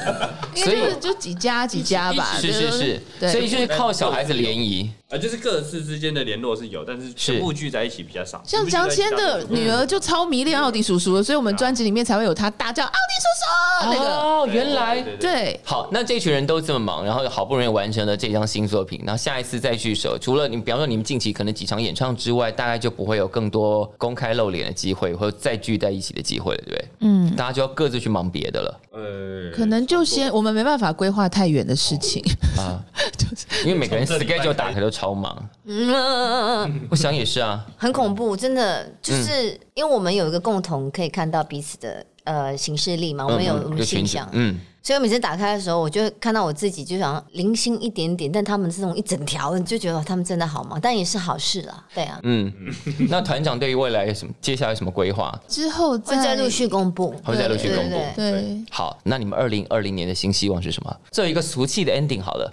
Speaker 4: 因为就是就几家几家吧，
Speaker 3: 是
Speaker 4: 就是
Speaker 3: 是，
Speaker 4: 对
Speaker 3: 所以就是靠小孩子联谊。
Speaker 8: 啊，就是各自之间的联络是有，但是全部聚在一起比较少。
Speaker 4: 像张谦的女儿就超迷恋奥迪叔叔的，所以我们专辑里面才会有她大叫奥迪叔叔那个。
Speaker 3: 哦，原来
Speaker 8: 对
Speaker 4: 对，
Speaker 3: 好，那这群人都这么忙，然后好不容易完成了这张新作品，然后下一次再聚首，除了你，比方说你们近期可能几场演唱之外，大概就不会有更多公开露脸的机会，或者再聚在一起的机会了，对不对？嗯，大家就要各自去忙别的了
Speaker 8: 呃，
Speaker 4: 可能就先我们没办法规划太远的事情，
Speaker 3: 啊，就是因为每个人
Speaker 1: 从这礼拜
Speaker 3: schedule 打开都超 忙，
Speaker 2: 嗯，
Speaker 3: 我想也是啊，
Speaker 2: 很恐怖，真的
Speaker 3: 嗯
Speaker 2: 就是因为我们有一个共同可以看到彼此的呃行事力嘛，我们有我
Speaker 3: 嗯
Speaker 2: 们
Speaker 3: 有
Speaker 2: 形
Speaker 3: 群组
Speaker 2: 象，
Speaker 3: 嗯，
Speaker 2: 所以我每次打开的时候，我就会看到我自己就想零星一点点，但他们是那种一整条的，你就觉得哇他们真的好忙，但也是好事啦，对
Speaker 3: 嗯
Speaker 2: 啊，
Speaker 3: 那团长对于未来有什么接下来有什么规划？
Speaker 4: 之后
Speaker 2: 会再陆续公布，
Speaker 3: 会再陆续公布
Speaker 2: 对对对
Speaker 4: 对，
Speaker 3: 好，那你们二零二零年的新希望是什么？做一个俗气的 ending 好了，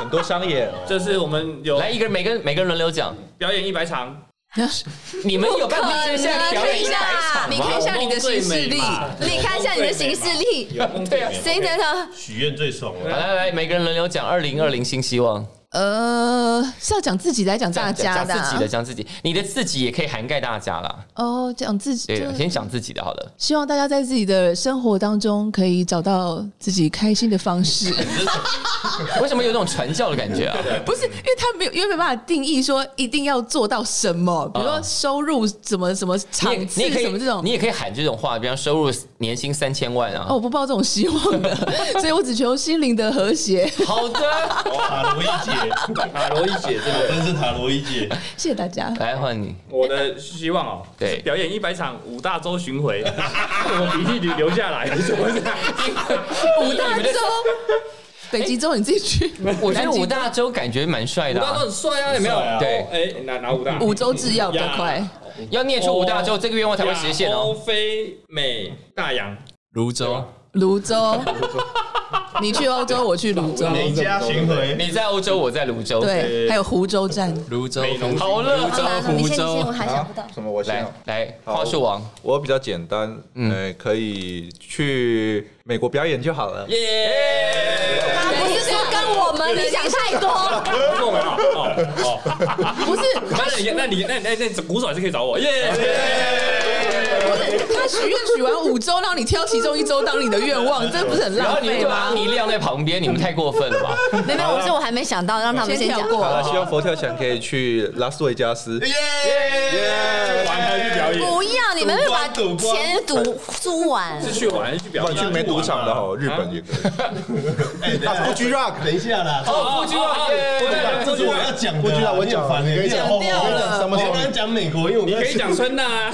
Speaker 6: 很多商业，
Speaker 5: 这是我们有
Speaker 3: 来一个人每个人每个人轮流讲，
Speaker 5: 表演一百场，
Speaker 3: 你们有办
Speaker 2: 可
Speaker 3: 法
Speaker 2: 能
Speaker 3: 接下来表演一百场
Speaker 2: 你
Speaker 3: 吗？
Speaker 2: 看一下你的
Speaker 5: 最美嘛，
Speaker 2: 你看一下你的行事力，
Speaker 1: 有梦最美
Speaker 2: 谁等等，
Speaker 1: 许愿最爽
Speaker 3: 好
Speaker 1: 了。
Speaker 3: 来来，每个人轮流讲二零二零新希望。
Speaker 4: 呃，是要讲自己来讲大家
Speaker 3: 讲
Speaker 4: 的、
Speaker 3: 讲
Speaker 4: 啊，
Speaker 3: 自己的，讲自己，你的自己也可以涵盖大家啦。
Speaker 4: 哦，讲自己，
Speaker 3: 对，
Speaker 4: 就
Speaker 3: 先讲自己的好了。
Speaker 4: 希望大家在自己的生活当中可以找到自己开心的方式，
Speaker 3: 为什么有种传教的感觉啊？
Speaker 4: 不是因为他没有，因为没办法定义说一定要做到什么，比如说收入什么什么场
Speaker 3: 你也哦
Speaker 4: 次
Speaker 3: 你也可以
Speaker 4: 什么这种
Speaker 3: 你。也可以喊这种话，比方收入年薪三千万啊
Speaker 4: 哦，。我不抱这种希 望的，所以我只求心灵的和谐。
Speaker 3: 好的，
Speaker 1: 哇塔罗一姐，
Speaker 5: 塔罗一姐真的。
Speaker 1: 真是塔罗一姐，
Speaker 4: 谢谢 大家。
Speaker 3: 来换你。
Speaker 5: 我的希望哦，
Speaker 3: 对
Speaker 5: 表演一百场五大洲巡回，我笔记里留下来。怎么是？
Speaker 4: 五大洲， 北极洲你自己去。
Speaker 3: 我觉
Speaker 4: 南
Speaker 3: 得
Speaker 4: 极
Speaker 3: 五大洲感觉蛮帅
Speaker 5: 五
Speaker 3: 的
Speaker 5: 大洲
Speaker 3: 啊、
Speaker 5: 很帅啊，有没有？
Speaker 1: 帅啊
Speaker 3: 对
Speaker 5: 哎，哪哪五大？
Speaker 4: 五洲制药比较快
Speaker 5: 呀。
Speaker 3: 要念出五大洲这个愿望才会实现
Speaker 5: 亚欧
Speaker 3: 哦。
Speaker 5: 非美大洋，
Speaker 7: 泸州，
Speaker 4: 泸州，你去欧洲，我去泸州。
Speaker 1: 邻家巡回，
Speaker 3: 你在欧洲，我在泸州。，
Speaker 4: 对，还有湖州站。
Speaker 7: 泸州，
Speaker 5: 美浓
Speaker 3: 好了，
Speaker 2: 好难哦，你
Speaker 7: 湖
Speaker 2: 先，你先，
Speaker 7: 州
Speaker 2: 我还想不到
Speaker 6: 啊。什么？我先
Speaker 3: 来
Speaker 6: 啊
Speaker 3: 来，
Speaker 6: 好
Speaker 3: 花束王，
Speaker 6: 我比较简单，呃，可以去美国表演就好了。
Speaker 5: 耶！
Speaker 2: 他不是说跟我们，你想太多。
Speaker 5: 跟我们好哦哦，
Speaker 4: 不是，
Speaker 5: 那你那你那那那鼓手还是可以找我耶。
Speaker 4: 不是，他许愿许完五周，让你挑其中一周当你的愿望，这不是很
Speaker 3: 然后
Speaker 4: 浪
Speaker 3: 你们
Speaker 4: 费
Speaker 3: 就把
Speaker 4: 吗
Speaker 3: 阿？尼晾在旁边，你们太过分了 吧？
Speaker 2: 没有没有，我说我还没想到，让他们先
Speaker 4: 先跳
Speaker 2: 讲。
Speaker 4: 过
Speaker 6: 好。了，希望佛跳墙可以去拉斯维加斯。
Speaker 5: 玩还是表演？
Speaker 2: 不要，你们会把钱赌输完。
Speaker 5: 是去玩还是去表
Speaker 6: 不然
Speaker 5: 演？
Speaker 6: 去没赌场的哦好，日本也可以。
Speaker 1: 哎，等一下
Speaker 6: 不居 rock，
Speaker 1: 等一下啦，
Speaker 5: 哦，过去啊！耶！
Speaker 1: 这是我要讲的，
Speaker 6: 不居 rock，我讲
Speaker 1: 烦欸你，
Speaker 6: 讲
Speaker 1: 讲
Speaker 4: 掉了
Speaker 6: 什么
Speaker 1: 我刚刚讲美国，因为我
Speaker 5: 你
Speaker 1: 刚
Speaker 5: 可以讲春娜啊，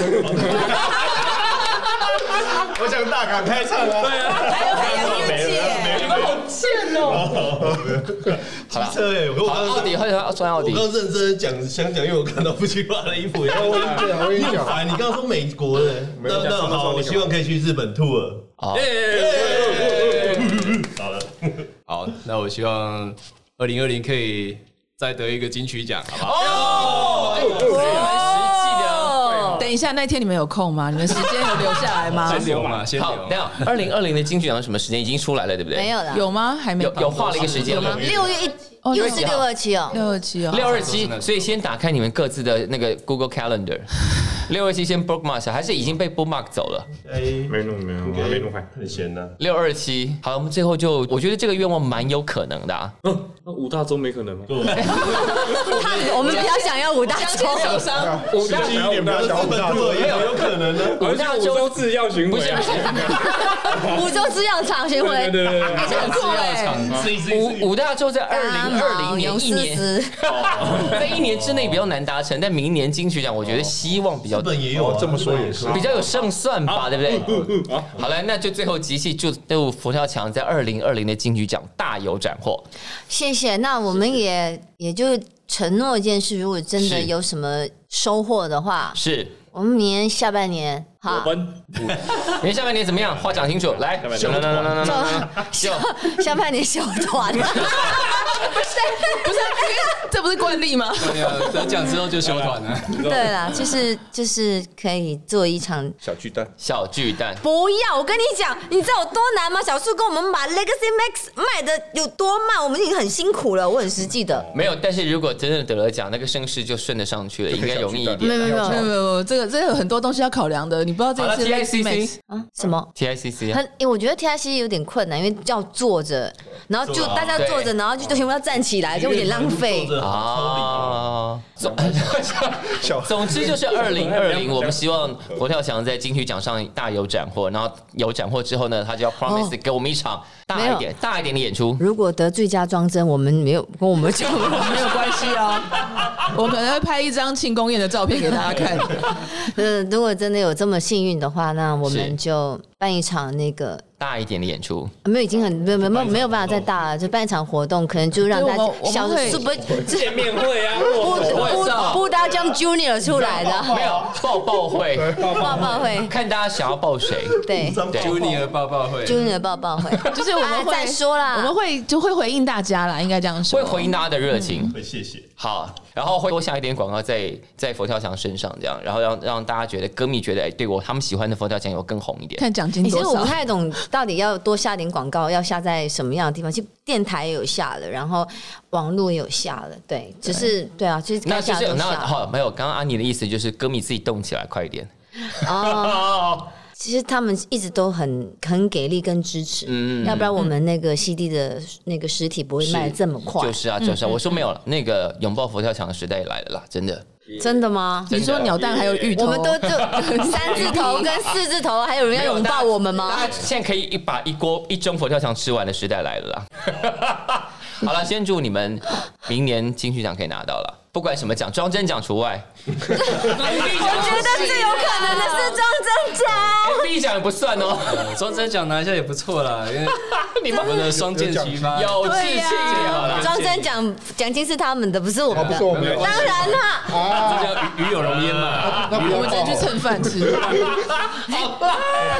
Speaker 1: 我讲大港开唱啊，对啊，
Speaker 4: 还有还有音乐
Speaker 1: 没
Speaker 4: 界，
Speaker 1: 了，
Speaker 4: 贱哦！
Speaker 3: 好了，
Speaker 1: 对，欸我跟我
Speaker 3: 好，奥迪，换换算奥
Speaker 1: 我
Speaker 3: 迪。
Speaker 1: 刚认真讲，想讲，因为我看到不奇怪的 衣服，然
Speaker 2: 啊
Speaker 1: 后我跟你
Speaker 6: 我跟你讲
Speaker 1: 讲，你刚刚说美国的，那那好，我希望可以去日本 tour。
Speaker 7: 好，那我希望二零二零可以再得一个金曲奖，好不好？
Speaker 3: 哎
Speaker 4: 等一下，那天你们有空吗？你们时间有留下来吗？
Speaker 7: 先留嘛，先
Speaker 3: 好，
Speaker 7: 留
Speaker 3: 等一。下二零二零的金曲奖是什么时间已经出来了，对不对？
Speaker 2: 没有了，
Speaker 4: 有吗？还没
Speaker 3: 有有画了一个时间吗？
Speaker 2: 六月一
Speaker 4: 哦，
Speaker 2: 又
Speaker 4: 六
Speaker 2: 是六二七哦。
Speaker 4: 六二七哦，
Speaker 3: 六二七，所以先打开你们各自的那个 Google Calendar。六二七先 bookmark 下还是已经被 bookmark 走了？
Speaker 1: 哎，
Speaker 5: 没弄没弄
Speaker 1: 没弄很闲呐。
Speaker 3: 六二七，好，我们最后就我觉得这个愿望蛮有可能的、啊。
Speaker 5: 那五大洲没可能吗？
Speaker 2: 他我们比较想要五大洲，
Speaker 4: 伤，
Speaker 3: 五大
Speaker 6: 一点不要
Speaker 1: 日本 tour 也很有可能呢。
Speaker 3: 五大洲
Speaker 5: 制药巡回啊，
Speaker 2: 五洲制药厂巡回
Speaker 5: 对，对对
Speaker 4: 没想过哎，
Speaker 3: 五五大洲在二
Speaker 2: 大
Speaker 3: 零二
Speaker 2: 毛
Speaker 3: 零
Speaker 2: 勇
Speaker 3: 年一
Speaker 2: 士
Speaker 3: 年，
Speaker 2: 子，
Speaker 3: 在一年之内比较难达成，但明年金曲奖我觉得希望比较
Speaker 1: 日本也有啊
Speaker 6: 哦，这么说也是
Speaker 3: 比较有胜算吧，对不对？好了，那就最后集气祝祝佛跳墙在二零二零的金曲奖大有斩获。
Speaker 2: 谢谢。那我们也也就承诺一件事，如果真的
Speaker 3: 是
Speaker 2: 有什么收获的话，
Speaker 3: 是，
Speaker 2: 我们明年下半年哈，
Speaker 5: 分
Speaker 3: 明年下半年怎么样？话讲清楚，来，来来来来来来
Speaker 2: 下下半年小 团，
Speaker 4: 不是，这不是惯例吗？
Speaker 7: 对啊得奖之后就休团 了。
Speaker 2: 对啦，就是就是可以做一场。
Speaker 6: 小巨蛋，
Speaker 3: 小巨蛋。
Speaker 2: 不要，我跟你讲，你知道有多难吗？小树跟我们把 Legacy Max 卖的有多慢，我们已经很辛苦了，我很实际的。
Speaker 3: 没有，但是如果真的得了奖，那个声势就顺得上去了，应该容易一点。
Speaker 2: 没有没有没
Speaker 4: 没有
Speaker 2: 有
Speaker 4: 没有，这个这个有很多东西要考量的，你不知道这
Speaker 3: 好了
Speaker 4: 次
Speaker 3: ，TICC
Speaker 4: Lexi Max
Speaker 2: 啊，什么？
Speaker 3: TICC 啊
Speaker 2: 很，诶我觉得 T I C 有点困难，因为要坐着，然后就大家坐着，然后就全部要站起来，就有点浪费。
Speaker 3: 啊，总
Speaker 6: 小
Speaker 3: 总之就是二零二零，我们希望佛跳墙在金曲奖上大有斩获，然后有斩获之后呢，他就要 promise 给我们一场大一
Speaker 2: 没
Speaker 3: 点、大一点的演出。
Speaker 2: 如果得最佳装帧，我们没有跟我们就
Speaker 4: 没有关系 哦，我可能会拍一张庆功宴的照片给大 家看。
Speaker 2: 呃，如果真的有这么幸运的话，那我
Speaker 3: 是
Speaker 2: 们就办一场那个。
Speaker 3: 大一点的演出，
Speaker 2: 没有，已经很没有没有没有没有办法再大了，就办一场活动，可能就让大
Speaker 4: 对
Speaker 2: 家
Speaker 4: 我们我们
Speaker 2: 小
Speaker 4: 会
Speaker 2: Super
Speaker 5: 见面会啊，
Speaker 2: 布布
Speaker 4: 啊
Speaker 2: 布达江 Junior 出来 的
Speaker 3: 没有抱抱会，
Speaker 4: 啊
Speaker 2: 抱抱会，
Speaker 3: 看大家想要抱谁。
Speaker 2: 对
Speaker 3: 对
Speaker 7: Junior 抱抱会，
Speaker 2: Junior 抱抱会，
Speaker 4: 就是我们
Speaker 2: 哎
Speaker 4: 会
Speaker 2: 再说啦，
Speaker 4: 我们会就会回应大家啦，应该这样说。
Speaker 3: 会回应大家的热情，
Speaker 1: 会谢谢，
Speaker 3: 好，然后会多下一点广告在在佛跳墙身上，这样，然后让让大家觉得歌迷觉得，哎，对我他们喜欢的佛跳墙有更红一点。
Speaker 4: 看奖金
Speaker 2: 欸其
Speaker 4: 多
Speaker 2: 实我不
Speaker 4: 少。
Speaker 2: 太懂到底要多下点广告，要下在什么样的地方？其实电台也有下了，然后网络也有下了，对，只是对啊，就是该
Speaker 3: 那就
Speaker 2: 下
Speaker 3: 是
Speaker 2: 的都
Speaker 3: 那
Speaker 2: 下了。
Speaker 3: 好，没有，刚刚安妮的意思就是歌迷自己动起来，快一点。
Speaker 2: 哦 其实他们一直都很很给力跟支持，
Speaker 3: 嗯
Speaker 2: 要不然
Speaker 4: 嗯
Speaker 2: 我们那个 CD 的那个实体不会卖得这么快。
Speaker 3: 就是啊，就是啊，我说没有了，那个拥抱佛跳墙的时代来了啦，真的。啊
Speaker 2: 真的吗？
Speaker 4: 你说鸟蛋还有芋头，
Speaker 2: 我们都 就三字头跟四字头，还有人要拥抱我们吗
Speaker 3: 大？家现在可以一把一锅一盅佛跳墙吃完的时代来了啦。 好了，先祝你们明年金曲奖可以拿到了，不管什么奖，装真奖除外。
Speaker 2: 我觉得最有可能的是张真佳。
Speaker 3: B 奖也不算哦，
Speaker 7: 双真奖拿一下也不错啦，因为
Speaker 3: 你们
Speaker 7: 我们的双剑齐发，
Speaker 3: 有志气就好了。
Speaker 2: 庄真奖奖金是他们的，不是我们
Speaker 3: 哦
Speaker 6: 不是我
Speaker 2: 的。
Speaker 6: 们
Speaker 2: 当然啦，
Speaker 7: 这叫鱼鱼有龙焉嘛。
Speaker 6: 那不
Speaker 4: 我
Speaker 6: 要
Speaker 4: 们只能去蹭 饭吃。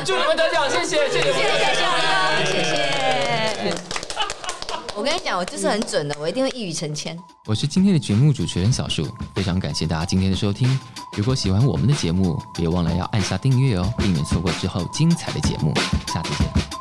Speaker 3: 祝你们得奖，谢谢，谢谢，
Speaker 2: 谢谢小哥，谢谢。我跟你讲，我就是很准的，我一定会一语成千。
Speaker 3: 我是今天的节目主持人小树，非常感谢大家今天的收听。如果喜欢我们的节目，别忘了要按下订阅哦，避免错过之后精彩的节目。下次见。